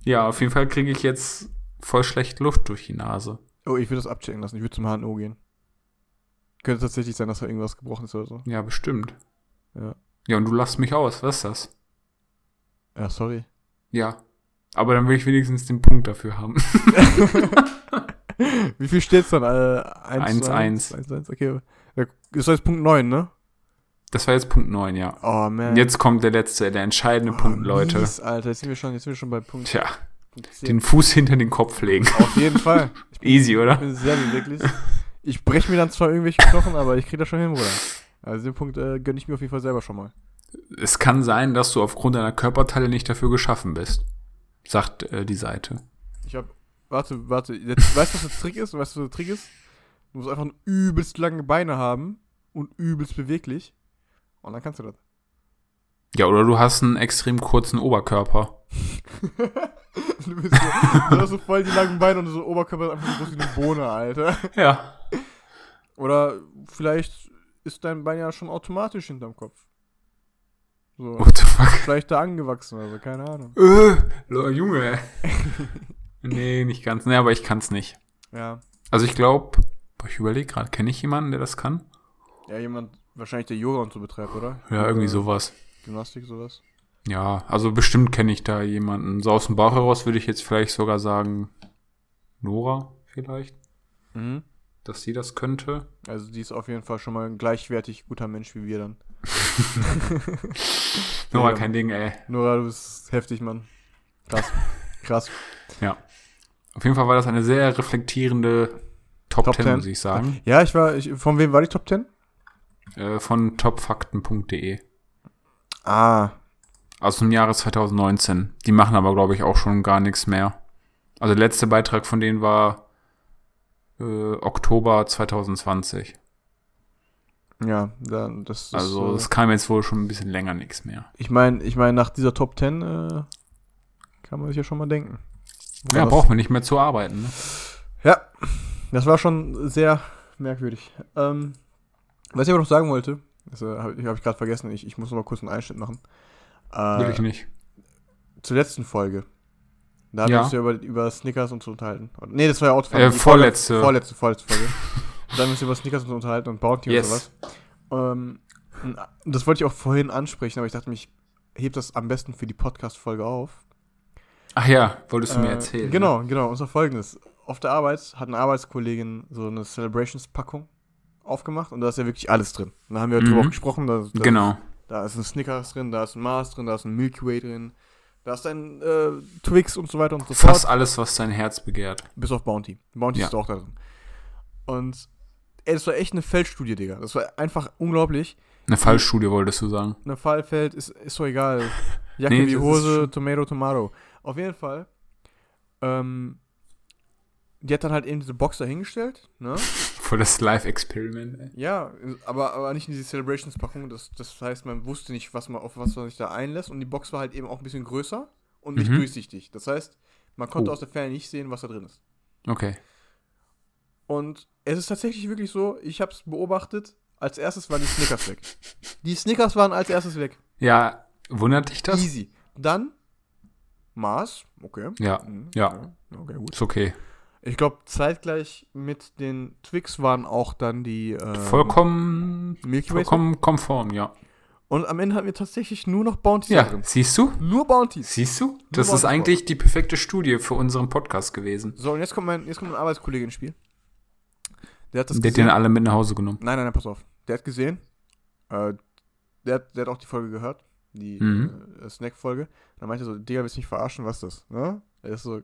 Speaker 2: Ja, auf jeden Fall kriege ich jetzt voll schlecht Luft durch die Nase.
Speaker 1: Oh, ich würde das abchecken lassen. Ich würde zum HNO gehen. Könnte tatsächlich sein, dass da irgendwas gebrochen ist oder so.
Speaker 2: Ja, bestimmt.
Speaker 1: Ja.
Speaker 2: Ja, und du lachst mich aus, was ist das?
Speaker 1: Ja, sorry.
Speaker 2: Ja. Aber dann will ich wenigstens den Punkt dafür haben.
Speaker 1: Wie viel steht's dann? Äh,
Speaker 2: 1,
Speaker 1: 1,
Speaker 2: 1.
Speaker 1: 1, 1, okay. Ja, Das war jetzt Punkt 9, ne?
Speaker 2: Das war jetzt Punkt 9, ja.
Speaker 1: Oh, man.
Speaker 2: Jetzt kommt der letzte, der entscheidende
Speaker 1: oh,
Speaker 2: Punkt, Leute.
Speaker 1: Mies, Alter, jetzt sind wir schon, jetzt sind wir schon bei Punkt,
Speaker 2: Tja,
Speaker 1: Punkt 10.
Speaker 2: den Fuß hinter den Kopf legen.
Speaker 1: Auf jeden Fall.
Speaker 2: Easy,
Speaker 1: Ich
Speaker 2: oder?
Speaker 1: bin sehr beweglich. Ich breche mir dann zwar irgendwelche Knochen, aber ich kriege das schon hin, Bruder. Also den Punkt äh, gönne ich mir auf jeden Fall selber schon mal.
Speaker 2: Es kann sein, dass du aufgrund deiner Körperteile nicht dafür geschaffen bist. Sagt äh, die Seite.
Speaker 1: Ich habe, warte, warte, jetzt, weißt du, was der Trick ist? Weißt du, was der Trick ist? Du musst einfach übelst lange Beine haben und übelst beweglich. Und dann kannst du das.
Speaker 2: Ja, oder du hast einen extrem kurzen Oberkörper.
Speaker 1: du, bist so, du hast so voll die langen Beine und so Oberkörper ist einfach so groß wie eine Bohne, halt. Alter.
Speaker 2: Ja.
Speaker 1: Oder vielleicht ist dein Bein ja schon automatisch hinterm Kopf. So,
Speaker 2: What the fuck?
Speaker 1: vielleicht da angewachsen oder so, keine Ahnung.
Speaker 2: Äh, Lo- Junge. nee, nicht ganz. Nee, aber ich kann's nicht.
Speaker 1: Ja.
Speaker 2: Also ich glaube, ich überlege gerade, kenne ich jemanden, der das kann?
Speaker 1: Ja, jemand, wahrscheinlich der Yoga und so betreibt, oder?
Speaker 2: Ja, irgendwie
Speaker 1: Yoga,
Speaker 2: sowas.
Speaker 1: Gymnastik, sowas.
Speaker 2: Ja, also bestimmt kenne ich da jemanden. So aus dem Bauch heraus würde ich jetzt vielleicht sogar sagen, Nora vielleicht,
Speaker 1: Mhm.
Speaker 2: dass sie das könnte.
Speaker 1: Also die ist auf jeden Fall schon mal ein gleichwertig guter Mensch wie wir dann.
Speaker 2: Nora,
Speaker 1: Ja.
Speaker 2: kein Ding, ey.
Speaker 1: Nora, du bist heftig, Mann. Krass. Krass.
Speaker 2: Auf jeden Fall war das eine sehr reflektierende Top,
Speaker 1: Top
Speaker 2: 10,
Speaker 1: 10.
Speaker 2: muss ich sagen.
Speaker 1: Ja, ich war, ich, von wem war die Top 10?
Speaker 2: Äh, von topfakten.de.
Speaker 1: Ah.
Speaker 2: Aus dem Jahre 2019. Die machen aber, glaube ich, auch schon gar nichts mehr. Also der letzte Beitrag von denen war äh, Oktober 2020.
Speaker 1: Ja, dann, das ist,
Speaker 2: Also
Speaker 1: äh,
Speaker 2: es kam jetzt wohl schon ein bisschen länger nichts mehr.
Speaker 1: ich meine, ich meine, nach dieser Top 10 äh, kann man sich ja schon mal denken.
Speaker 2: Ja,
Speaker 1: das-
Speaker 2: braucht man nicht mehr zu arbeiten. Ne?
Speaker 1: Ja, das war schon sehr merkwürdig. Ähm, was ich aber noch sagen wollte, das äh, habe ich, hab ich gerade vergessen, ich, ich muss noch mal kurz einen Einschnitt machen.
Speaker 2: Will
Speaker 1: Äh,
Speaker 2: ich nicht.
Speaker 1: zur letzten Folge. Da haben
Speaker 2: Ja.
Speaker 1: wir uns ja über, über Snickers und so unterhalten. Und- Nee, das war ja Autofahren.
Speaker 2: Äh,
Speaker 1: Die
Speaker 2: vorletzte.
Speaker 1: Folge, vorletzte, vorletzte Folge. da haben wir uns über Snickers und so unterhalten und Bounty
Speaker 2: Yes.
Speaker 1: und sowas. Ähm, und das wollte ich auch vorhin ansprechen, aber ich dachte mir, ich heb das am besten für die Podcast-Folge auf.
Speaker 2: Ach ja, wolltest du mir
Speaker 1: Äh,
Speaker 2: erzählen. Ne?
Speaker 1: Genau, genau. Und zwar folgendes. Auf der Arbeit hat eine Arbeitskollegin so eine Celebrations-Packung aufgemacht und da ist ja wirklich alles drin. Und da haben wir
Speaker 2: Mhm.
Speaker 1: drüber auch gesprochen. Da, da,
Speaker 2: Genau.
Speaker 1: da ist ein Snickers drin, da ist ein Mars drin, da ist ein Milky Way drin, da ist ein äh, Twix und so weiter und so fort.
Speaker 2: Fast alles, was dein Herz begehrt.
Speaker 1: Bis auf Bounty. Bounty
Speaker 2: Ja.
Speaker 1: ist auch da drin. Und ey, das war echt eine Feldstudie, Digga. Das war einfach unglaublich.
Speaker 2: Eine Fallstudie wolltest du sagen.
Speaker 1: Eine Fallfeld ist, ist so egal. Jacke
Speaker 2: Nee,
Speaker 1: wie
Speaker 2: das ist
Speaker 1: Hose,
Speaker 2: schon-
Speaker 1: Tomato, Tomato. Auf jeden Fall. Ähm, die hat dann halt eben diese Box da hingestellt, ne?
Speaker 2: Voll das Live-Experiment. ey.
Speaker 1: Ja, aber, aber nicht in diese Celebrations-Packung. Das, das heißt, man wusste nicht, was man, auf was man sich da einlässt. Und die Box war halt eben auch ein bisschen größer und nicht
Speaker 2: Mhm.
Speaker 1: durchsichtig. Das heißt, man konnte
Speaker 2: Oh.
Speaker 1: aus der Ferne nicht sehen, was da drin ist.
Speaker 2: Okay.
Speaker 1: Und es ist tatsächlich wirklich so, ich habe es beobachtet, als erstes waren die Snickers weg. Die Snickers waren als erstes weg.
Speaker 2: Ja, wundert dich das?
Speaker 1: Easy. Dann Mars, okay.
Speaker 2: Ja,
Speaker 1: Mhm,
Speaker 2: ja.
Speaker 1: ja. Okay, gut.
Speaker 2: ist okay.
Speaker 1: Ich glaube, zeitgleich mit den Twix waren auch dann die ähm,
Speaker 2: Vollkommen,
Speaker 1: Milky Way.
Speaker 2: vollkommen konform, ja.
Speaker 1: Und am Ende hatten wir tatsächlich nur noch Bounties da
Speaker 2: Ja,
Speaker 1: drin.
Speaker 2: siehst du?
Speaker 1: Nur Bounties.
Speaker 2: Siehst du? Das
Speaker 1: Nur
Speaker 2: ist eigentlich die perfekte Studie für unseren Podcast gewesen.
Speaker 1: So, und jetzt kommt mein, jetzt kommt mein Arbeitskollege ins Spiel. Der hat das
Speaker 2: Der hat den
Speaker 1: gesehen.
Speaker 2: alle mit nach Hause genommen.
Speaker 1: Nein, nein, nein, pass auf. Der hat gesehen. Äh, der, hat, der hat auch die Folge gehört. Die
Speaker 2: Mhm.
Speaker 1: äh, Snack-Folge. Dann meinte er so, Digga, willst du mich verarschen? Was ist das? Ne? Er ist so,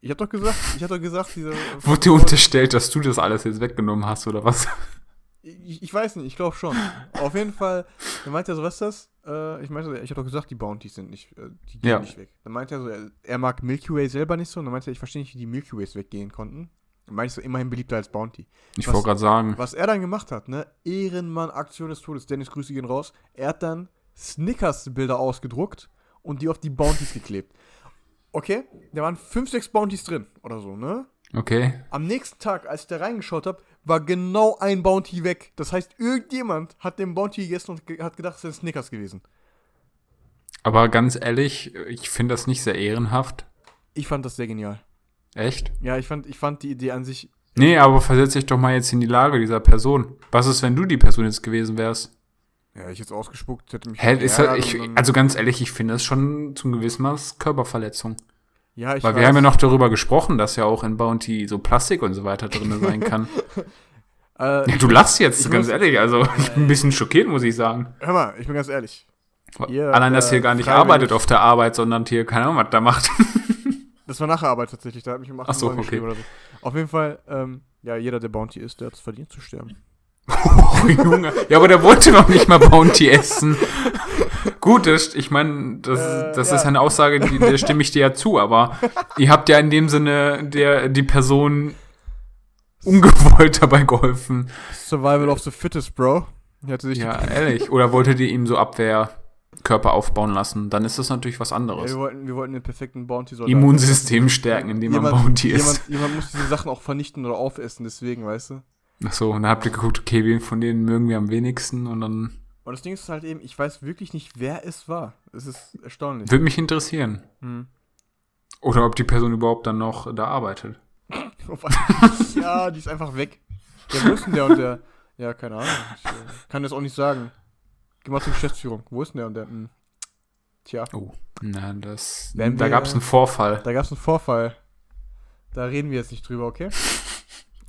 Speaker 1: ich hab doch gesagt, ich hab doch gesagt, diese...
Speaker 2: Wurde dir unterstellt, dass du das alles jetzt weggenommen hast, oder was?
Speaker 1: Ich, ich weiß nicht, ich glaube schon. Auf jeden Fall, dann meinte er so, was ist das? Äh, ich meinte, so, ich habe doch gesagt, die Bounties sind nicht, äh, die gehen
Speaker 2: Ja.
Speaker 1: nicht weg. Dann meinte er so, er, er mag Milky Way selber nicht so. Und dann meinte er, ich verstehe nicht, wie die Milky Ways weggehen konnten. Dann meinte ich so, immerhin beliebter als Bounty.
Speaker 2: Ich
Speaker 1: Was-
Speaker 2: wollte gerade sagen.
Speaker 1: Was er dann gemacht hat, ne? Ehrenmann, Aktion des Todes, Dennis, Grüße gehen raus. Er hat dann Snickers-Bilder ausgedruckt und die auf die Bounties geklebt. Okay, da waren fünf, sechs Bounties drin oder so, ne?
Speaker 2: Okay.
Speaker 1: Am nächsten Tag, als ich da reingeschaut habe, war genau ein Bounty weg. Das heißt, irgendjemand hat den Bounty gegessen und ge hat gedacht, es sind Snickers gewesen.
Speaker 2: Aber ganz ehrlich, ich finde das nicht sehr ehrenhaft.
Speaker 1: Ich fand das sehr genial.
Speaker 2: Echt?
Speaker 1: Ja, ich fand, ich fand die Idee an sich.
Speaker 2: Nee, aber versetz dich doch mal jetzt in die Lage dieser Person. Was ist, wenn du die Person jetzt gewesen wärst?
Speaker 1: Ja, ich jetzt ausgespuckt, hätte mich.
Speaker 2: Hä, ist
Speaker 1: geärgert
Speaker 2: halt, ich,
Speaker 1: und dann-
Speaker 2: also ganz ehrlich, ich finde das schon zum gewissen Maß Körperverletzung.
Speaker 1: Ja, ich
Speaker 2: Weil wir haben ja noch darüber gesprochen, dass ja auch in Bounty so Plastik und so weiter drin sein kann.
Speaker 1: ja äh,
Speaker 2: Ja, du lachst jetzt,
Speaker 1: Ich
Speaker 2: ganz
Speaker 1: muss-
Speaker 2: ehrlich. Also, ich bin ein bisschen schockiert, muss ich sagen.
Speaker 1: hör mal, ich bin ganz ehrlich. Ihr,
Speaker 2: Allein, dass
Speaker 1: äh,
Speaker 2: hier gar nicht
Speaker 1: freiwillig-
Speaker 2: arbeitet auf der Arbeit, sondern hier keine Ahnung, was da macht.
Speaker 1: Das war nach der Arbeit tatsächlich, da hat mich um 8
Speaker 2: Ach so,
Speaker 1: Uhr angeschrieben
Speaker 2: okay.
Speaker 1: oder so. Auf jeden Fall, ähm, ja, jeder, der Bounty ist, der hat es verdient zu sterben.
Speaker 2: Oh, Junge. Ja, aber der wollte noch nicht mal Bounty essen. Gut, das, ich meine, das,
Speaker 1: Äh,
Speaker 2: das
Speaker 1: ja.
Speaker 2: ist eine Aussage, die, der stimme ich dir ja zu, aber ihr habt ja in dem Sinne der, die Person ungewollt dabei geholfen.
Speaker 1: Survival of the Fittest, Bro. Die hatte sich
Speaker 2: Ja,
Speaker 1: die,
Speaker 2: ehrlich. Oder wolltet ihr ihm so Abwehrkörper aufbauen lassen? Dann ist das natürlich was
Speaker 1: ja,
Speaker 2: anderes.
Speaker 1: wir, wollten, wir wollten den perfekten Bounty-Soldaten.
Speaker 2: Immunsystem stärken, indem man Bounty isst.
Speaker 1: Jemand, jemand muss diese Sachen auch vernichten oder aufessen, deswegen, weißt du?
Speaker 2: Ach so, und dann habt ihr geguckt, okay, wen von denen mögen wir am wenigsten und dann
Speaker 1: Und das Ding ist halt eben, ich weiß wirklich nicht, wer es war. Es ist erstaunlich.
Speaker 2: würde mich interessieren.
Speaker 1: Hm.
Speaker 2: Oder ob die Person überhaupt dann noch da arbeitet.
Speaker 1: Auf einmal- ja, die ist einfach weg. Ja, wo ist denn der und der? Ja, keine Ahnung. Ich äh, kann das auch nicht sagen. Geh mal zur Geschäftsführung. Wo ist denn der und der? Hm. Tja,
Speaker 2: Oh, na, das,
Speaker 1: Wenn
Speaker 2: da
Speaker 1: wir-
Speaker 2: gab es einen Vorfall.
Speaker 1: da gab es einen Vorfall. Da reden wir jetzt nicht drüber, okay?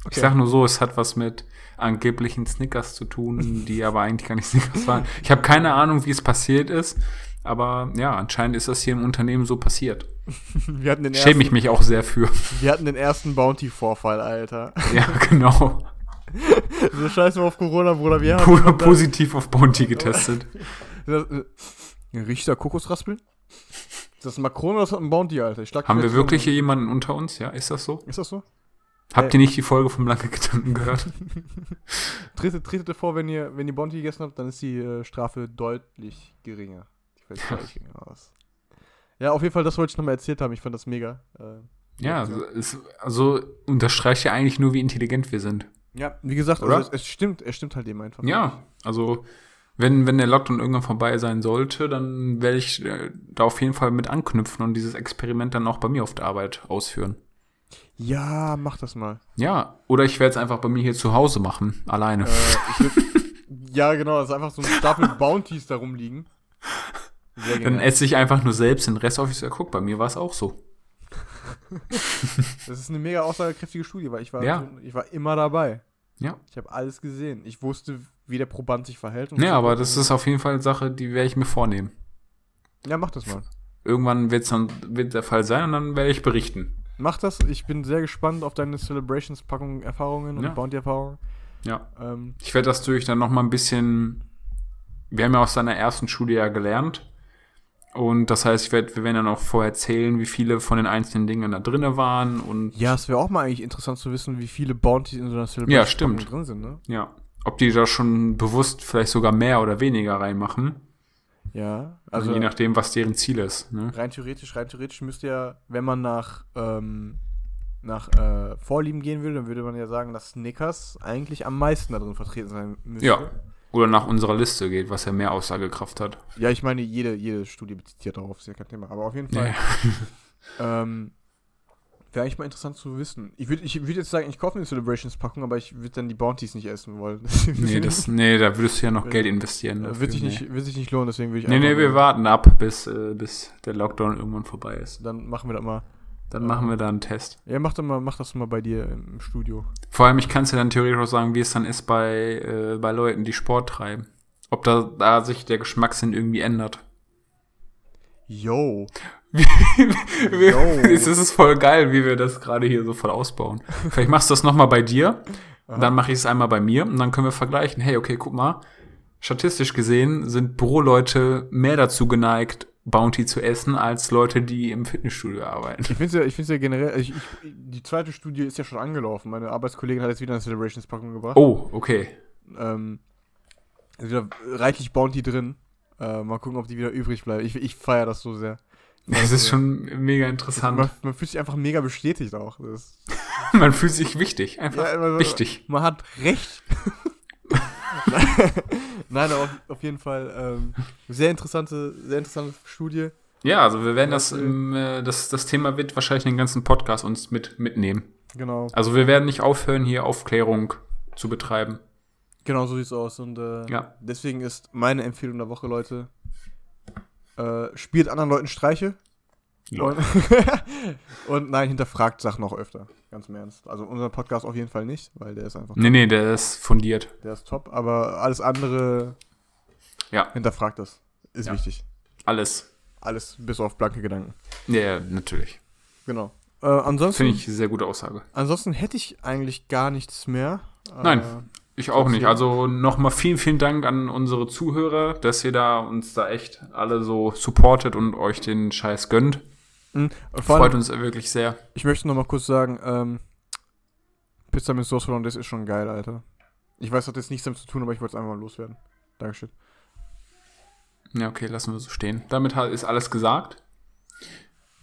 Speaker 2: Ich sag nur so, es hat was mit angeblichen Snickers zu tun, die aber eigentlich gar nicht Snickers waren. Ich habe keine Ahnung, wie es passiert ist, aber ja, anscheinend ist das hier im Unternehmen so passiert.
Speaker 1: Wir hatten den ersten,
Speaker 2: Schäme ich mich auch sehr für.
Speaker 1: Wir hatten den ersten Bounty-Vorfall, Alter.
Speaker 2: ja, genau.
Speaker 1: so scheißen wir auf Corona, Bruder. Wir haben
Speaker 2: Pur positiv auf Bounty getestet.
Speaker 1: Das, äh, riecht da Kokosraspeln? Ist das ein Makron oder ist das ein Bounty, Alter? Ich schlag
Speaker 2: Haben
Speaker 1: dich
Speaker 2: wir
Speaker 1: jetzt
Speaker 2: wirklich hier jemanden unter uns? Ja, ist das so?
Speaker 1: um. Ist das so? Äh.
Speaker 2: Habt ihr nicht die Folge vom Lange Gedanken gehört?
Speaker 1: Tretet, tretet vor, wenn ihr, wenn ihr Bounty gegessen habt, dann ist die äh, Strafe deutlich geringer. Die fällt deutlich geringer aus. genau Ja, auf jeden Fall, das wollte ich nochmal erzählt haben. Ich fand das mega. Äh,
Speaker 2: Ja, es, also unterstreicht ja eigentlich nur, wie intelligent wir sind.
Speaker 1: ja, wie gesagt,
Speaker 2: Oder?
Speaker 1: also es, es stimmt, es stimmt halt eben einfach.
Speaker 2: Ja, also wenn, wenn der Lockdown irgendwann vorbei sein sollte, dann werde ich äh, da auf jeden Fall mit anknüpfen und dieses Experiment dann auch bei mir auf der Arbeit ausführen.
Speaker 1: Ja, mach das mal.
Speaker 2: Ja, oder ich werde es einfach bei mir hier zu Hause machen, alleine.
Speaker 1: äh, ich würd, ja, genau, dass einfach so ein Stapel Bounties da rumliegen. Sehr
Speaker 2: dann
Speaker 1: genial.
Speaker 2: esse ich einfach nur selbst den Rest auf. Ich sage, guck, bei mir war es auch so.
Speaker 1: Das ist eine mega aussagekräftige Studie, weil ich war,
Speaker 2: Ja.
Speaker 1: so, ich war immer dabei.
Speaker 2: Ja.
Speaker 1: Ich habe alles gesehen. Ich wusste, wie der Proband sich verhält. und
Speaker 2: Ja,
Speaker 1: so.
Speaker 2: aber das ist auf jeden Fall Sache, die werde ich mir vornehmen.
Speaker 1: Ja, mach das mal.
Speaker 2: Irgendwann wird's dann, wird der Fall sein und dann werde ich berichten.
Speaker 1: Mach das. Ich bin sehr gespannt auf deine Celebrations-Packungen, Erfahrungen und
Speaker 2: Ja.
Speaker 1: Bounty-Erfahrungen.
Speaker 2: Ja.
Speaker 1: Ähm,
Speaker 2: Ich werde das natürlich dann noch mal ein bisschen. Wir haben ja aus seiner ersten Schule ja gelernt. Und das heißt, ich werd, wir werden dann auch vorher zählen, wie viele von den einzelnen Dingen da drinne waren. Und
Speaker 1: ja, es wäre auch mal eigentlich interessant zu wissen, wie viele Bounties in so einer
Speaker 2: Ja,
Speaker 1: Celebration-Packung
Speaker 2: stimmt.
Speaker 1: drin sind, ne?
Speaker 2: ja, ob die da schon bewusst vielleicht sogar mehr oder weniger reinmachen.
Speaker 1: Ja.
Speaker 2: Also,
Speaker 1: Also
Speaker 2: je nachdem, was deren Ziel ist. Ne?
Speaker 1: rein theoretisch, rein theoretisch müsste ja, wenn man nach, ähm, nach äh, Vorlieben gehen würde, dann würde man ja sagen, dass Snickers eigentlich am meisten da drin vertreten sein müsste.
Speaker 2: Ja. Oder nach unserer Liste geht, was ja mehr Aussagekraft hat.
Speaker 1: Ja, ich meine, jede, jede Studie bezieht ja darauf, ist ja kein Thema. Aber auf jeden Fall. ähm, Wäre eigentlich mal interessant zu wissen. Ich würde ich würd jetzt sagen, ich kaufe mir eine Celebrations-Packung, aber ich würde dann die Bounties nicht essen wollen.
Speaker 2: Nee, das, nee, da würdest du ja noch
Speaker 1: Äh,
Speaker 2: Geld investieren. dafür,
Speaker 1: wird, sich nicht,
Speaker 2: Nee,
Speaker 1: wird sich nicht lohnen, deswegen würde ich
Speaker 2: nee, nee, wir warten ab, bis, äh, bis der Lockdown irgendwann vorbei ist.
Speaker 1: Dann machen wir das mal.
Speaker 2: Dann machen wir da einen Test.
Speaker 1: Ja, mach, doch mal, mach das mal bei dir im Studio.
Speaker 2: Vor allem, ich kann es ja dann theoretisch auch sagen, wie es dann ist bei, äh, bei Leuten, die Sport treiben. Ob da, da sich der Geschmackssinn irgendwie ändert.
Speaker 1: Yo.
Speaker 2: Wir-
Speaker 1: Yo.
Speaker 2: es ist voll geil, wie wir das gerade hier so voll ausbauen. Vielleicht machst du das nochmal bei dir, dann mache ich es einmal bei mir und dann können wir vergleichen. Hey, okay, guck mal. Statistisch gesehen sind Büroleute mehr dazu geneigt, Bounty zu essen, als Leute, die im Fitnessstudio arbeiten.
Speaker 1: Ich finde es ja, ich find's ja generell, also ich, ich, die zweite Studie ist ja schon angelaufen. Meine Arbeitskollegin hat jetzt wieder eine Celebrations-Packung gebracht.
Speaker 2: Oh, okay.
Speaker 1: Ähm, ist wieder reichlich Bounty drin. Äh, mal gucken, ob die wieder übrig bleiben. Ich, ich feiere das so sehr.
Speaker 2: Das ist schon mega interessant.
Speaker 1: Man, man fühlt sich einfach mega bestätigt auch. Das,
Speaker 2: Man fühlt sich wichtig, einfach
Speaker 1: Ja, immer so.
Speaker 2: wichtig.
Speaker 1: man hat recht. Nein, aber auf, auf jeden Fall ähm, sehr interessante, sehr interessante Studie.
Speaker 2: Ja, also wir werden das,
Speaker 1: Okay.
Speaker 2: ähm, äh, das, das Thema wird wahrscheinlich den ganzen Podcast uns mit, mitnehmen.
Speaker 1: Genau.
Speaker 2: Also wir werden nicht aufhören, hier Aufklärung zu betreiben.
Speaker 1: Genau so sieht's aus. Und äh,
Speaker 2: Ja.
Speaker 1: deswegen ist meine Empfehlung der Woche, Leute, äh, spielt anderen Leuten Streiche. Und, und nein, hinterfragt Sachen auch öfter. Ganz im Ernst. Also unser Podcast auf jeden Fall nicht, weil der ist einfach,
Speaker 2: Nee, nee, der ist fundiert.
Speaker 1: der ist top. Aber alles andere
Speaker 2: Ja,
Speaker 1: hinterfragt das. Ist
Speaker 2: Ja.
Speaker 1: wichtig.
Speaker 2: alles.
Speaker 1: Alles bis auf blanke Gedanken.
Speaker 2: Ja, ja natürlich.
Speaker 1: Genau. Äh, ansonsten,
Speaker 2: Finde ich eine sehr gute Aussage.
Speaker 1: ansonsten hätte ich eigentlich gar nichts mehr. Äh,
Speaker 2: Nein. Ich auch nicht.
Speaker 1: Trotzdem.
Speaker 2: Also nochmal vielen, vielen Dank an unsere Zuhörer, dass ihr da uns da echt alle so supportet und euch den Scheiß gönnt.
Speaker 1: mh, hm, Vor allem,
Speaker 2: Freut uns wirklich sehr.
Speaker 1: Ich möchte noch mal kurz sagen, ähm, Pizza mit Sauce Hollandaise ist schon geil, Alter. Ich weiß, das hat jetzt nichts damit zu tun, aber ich wollte es einfach mal loswerden. Dankeschön.
Speaker 2: Ja, okay, lassen wir so stehen. Damit ha- ist alles gesagt.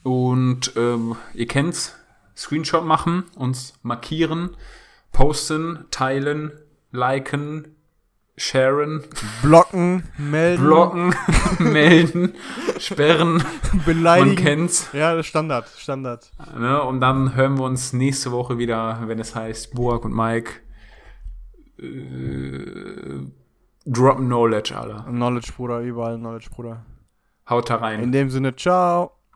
Speaker 2: Und ähm, ihr kennt's. Screenshot machen, uns markieren, posten, teilen, liken, sharen,
Speaker 1: Blocken, melden,
Speaker 2: blocken, melden, sperren. Man
Speaker 1: beleidigen.
Speaker 2: kennt's.
Speaker 1: Ja, das ist Standard, Standard.
Speaker 2: Ne? Und dann hören wir uns nächste Woche wieder, wenn es heißt, Burak und Mike äh, droppen Knowledge, Alter.
Speaker 1: Knowledge, Bruder, überall Knowledge, Bruder.
Speaker 2: Haut da rein.
Speaker 1: In dem Sinne, ciao.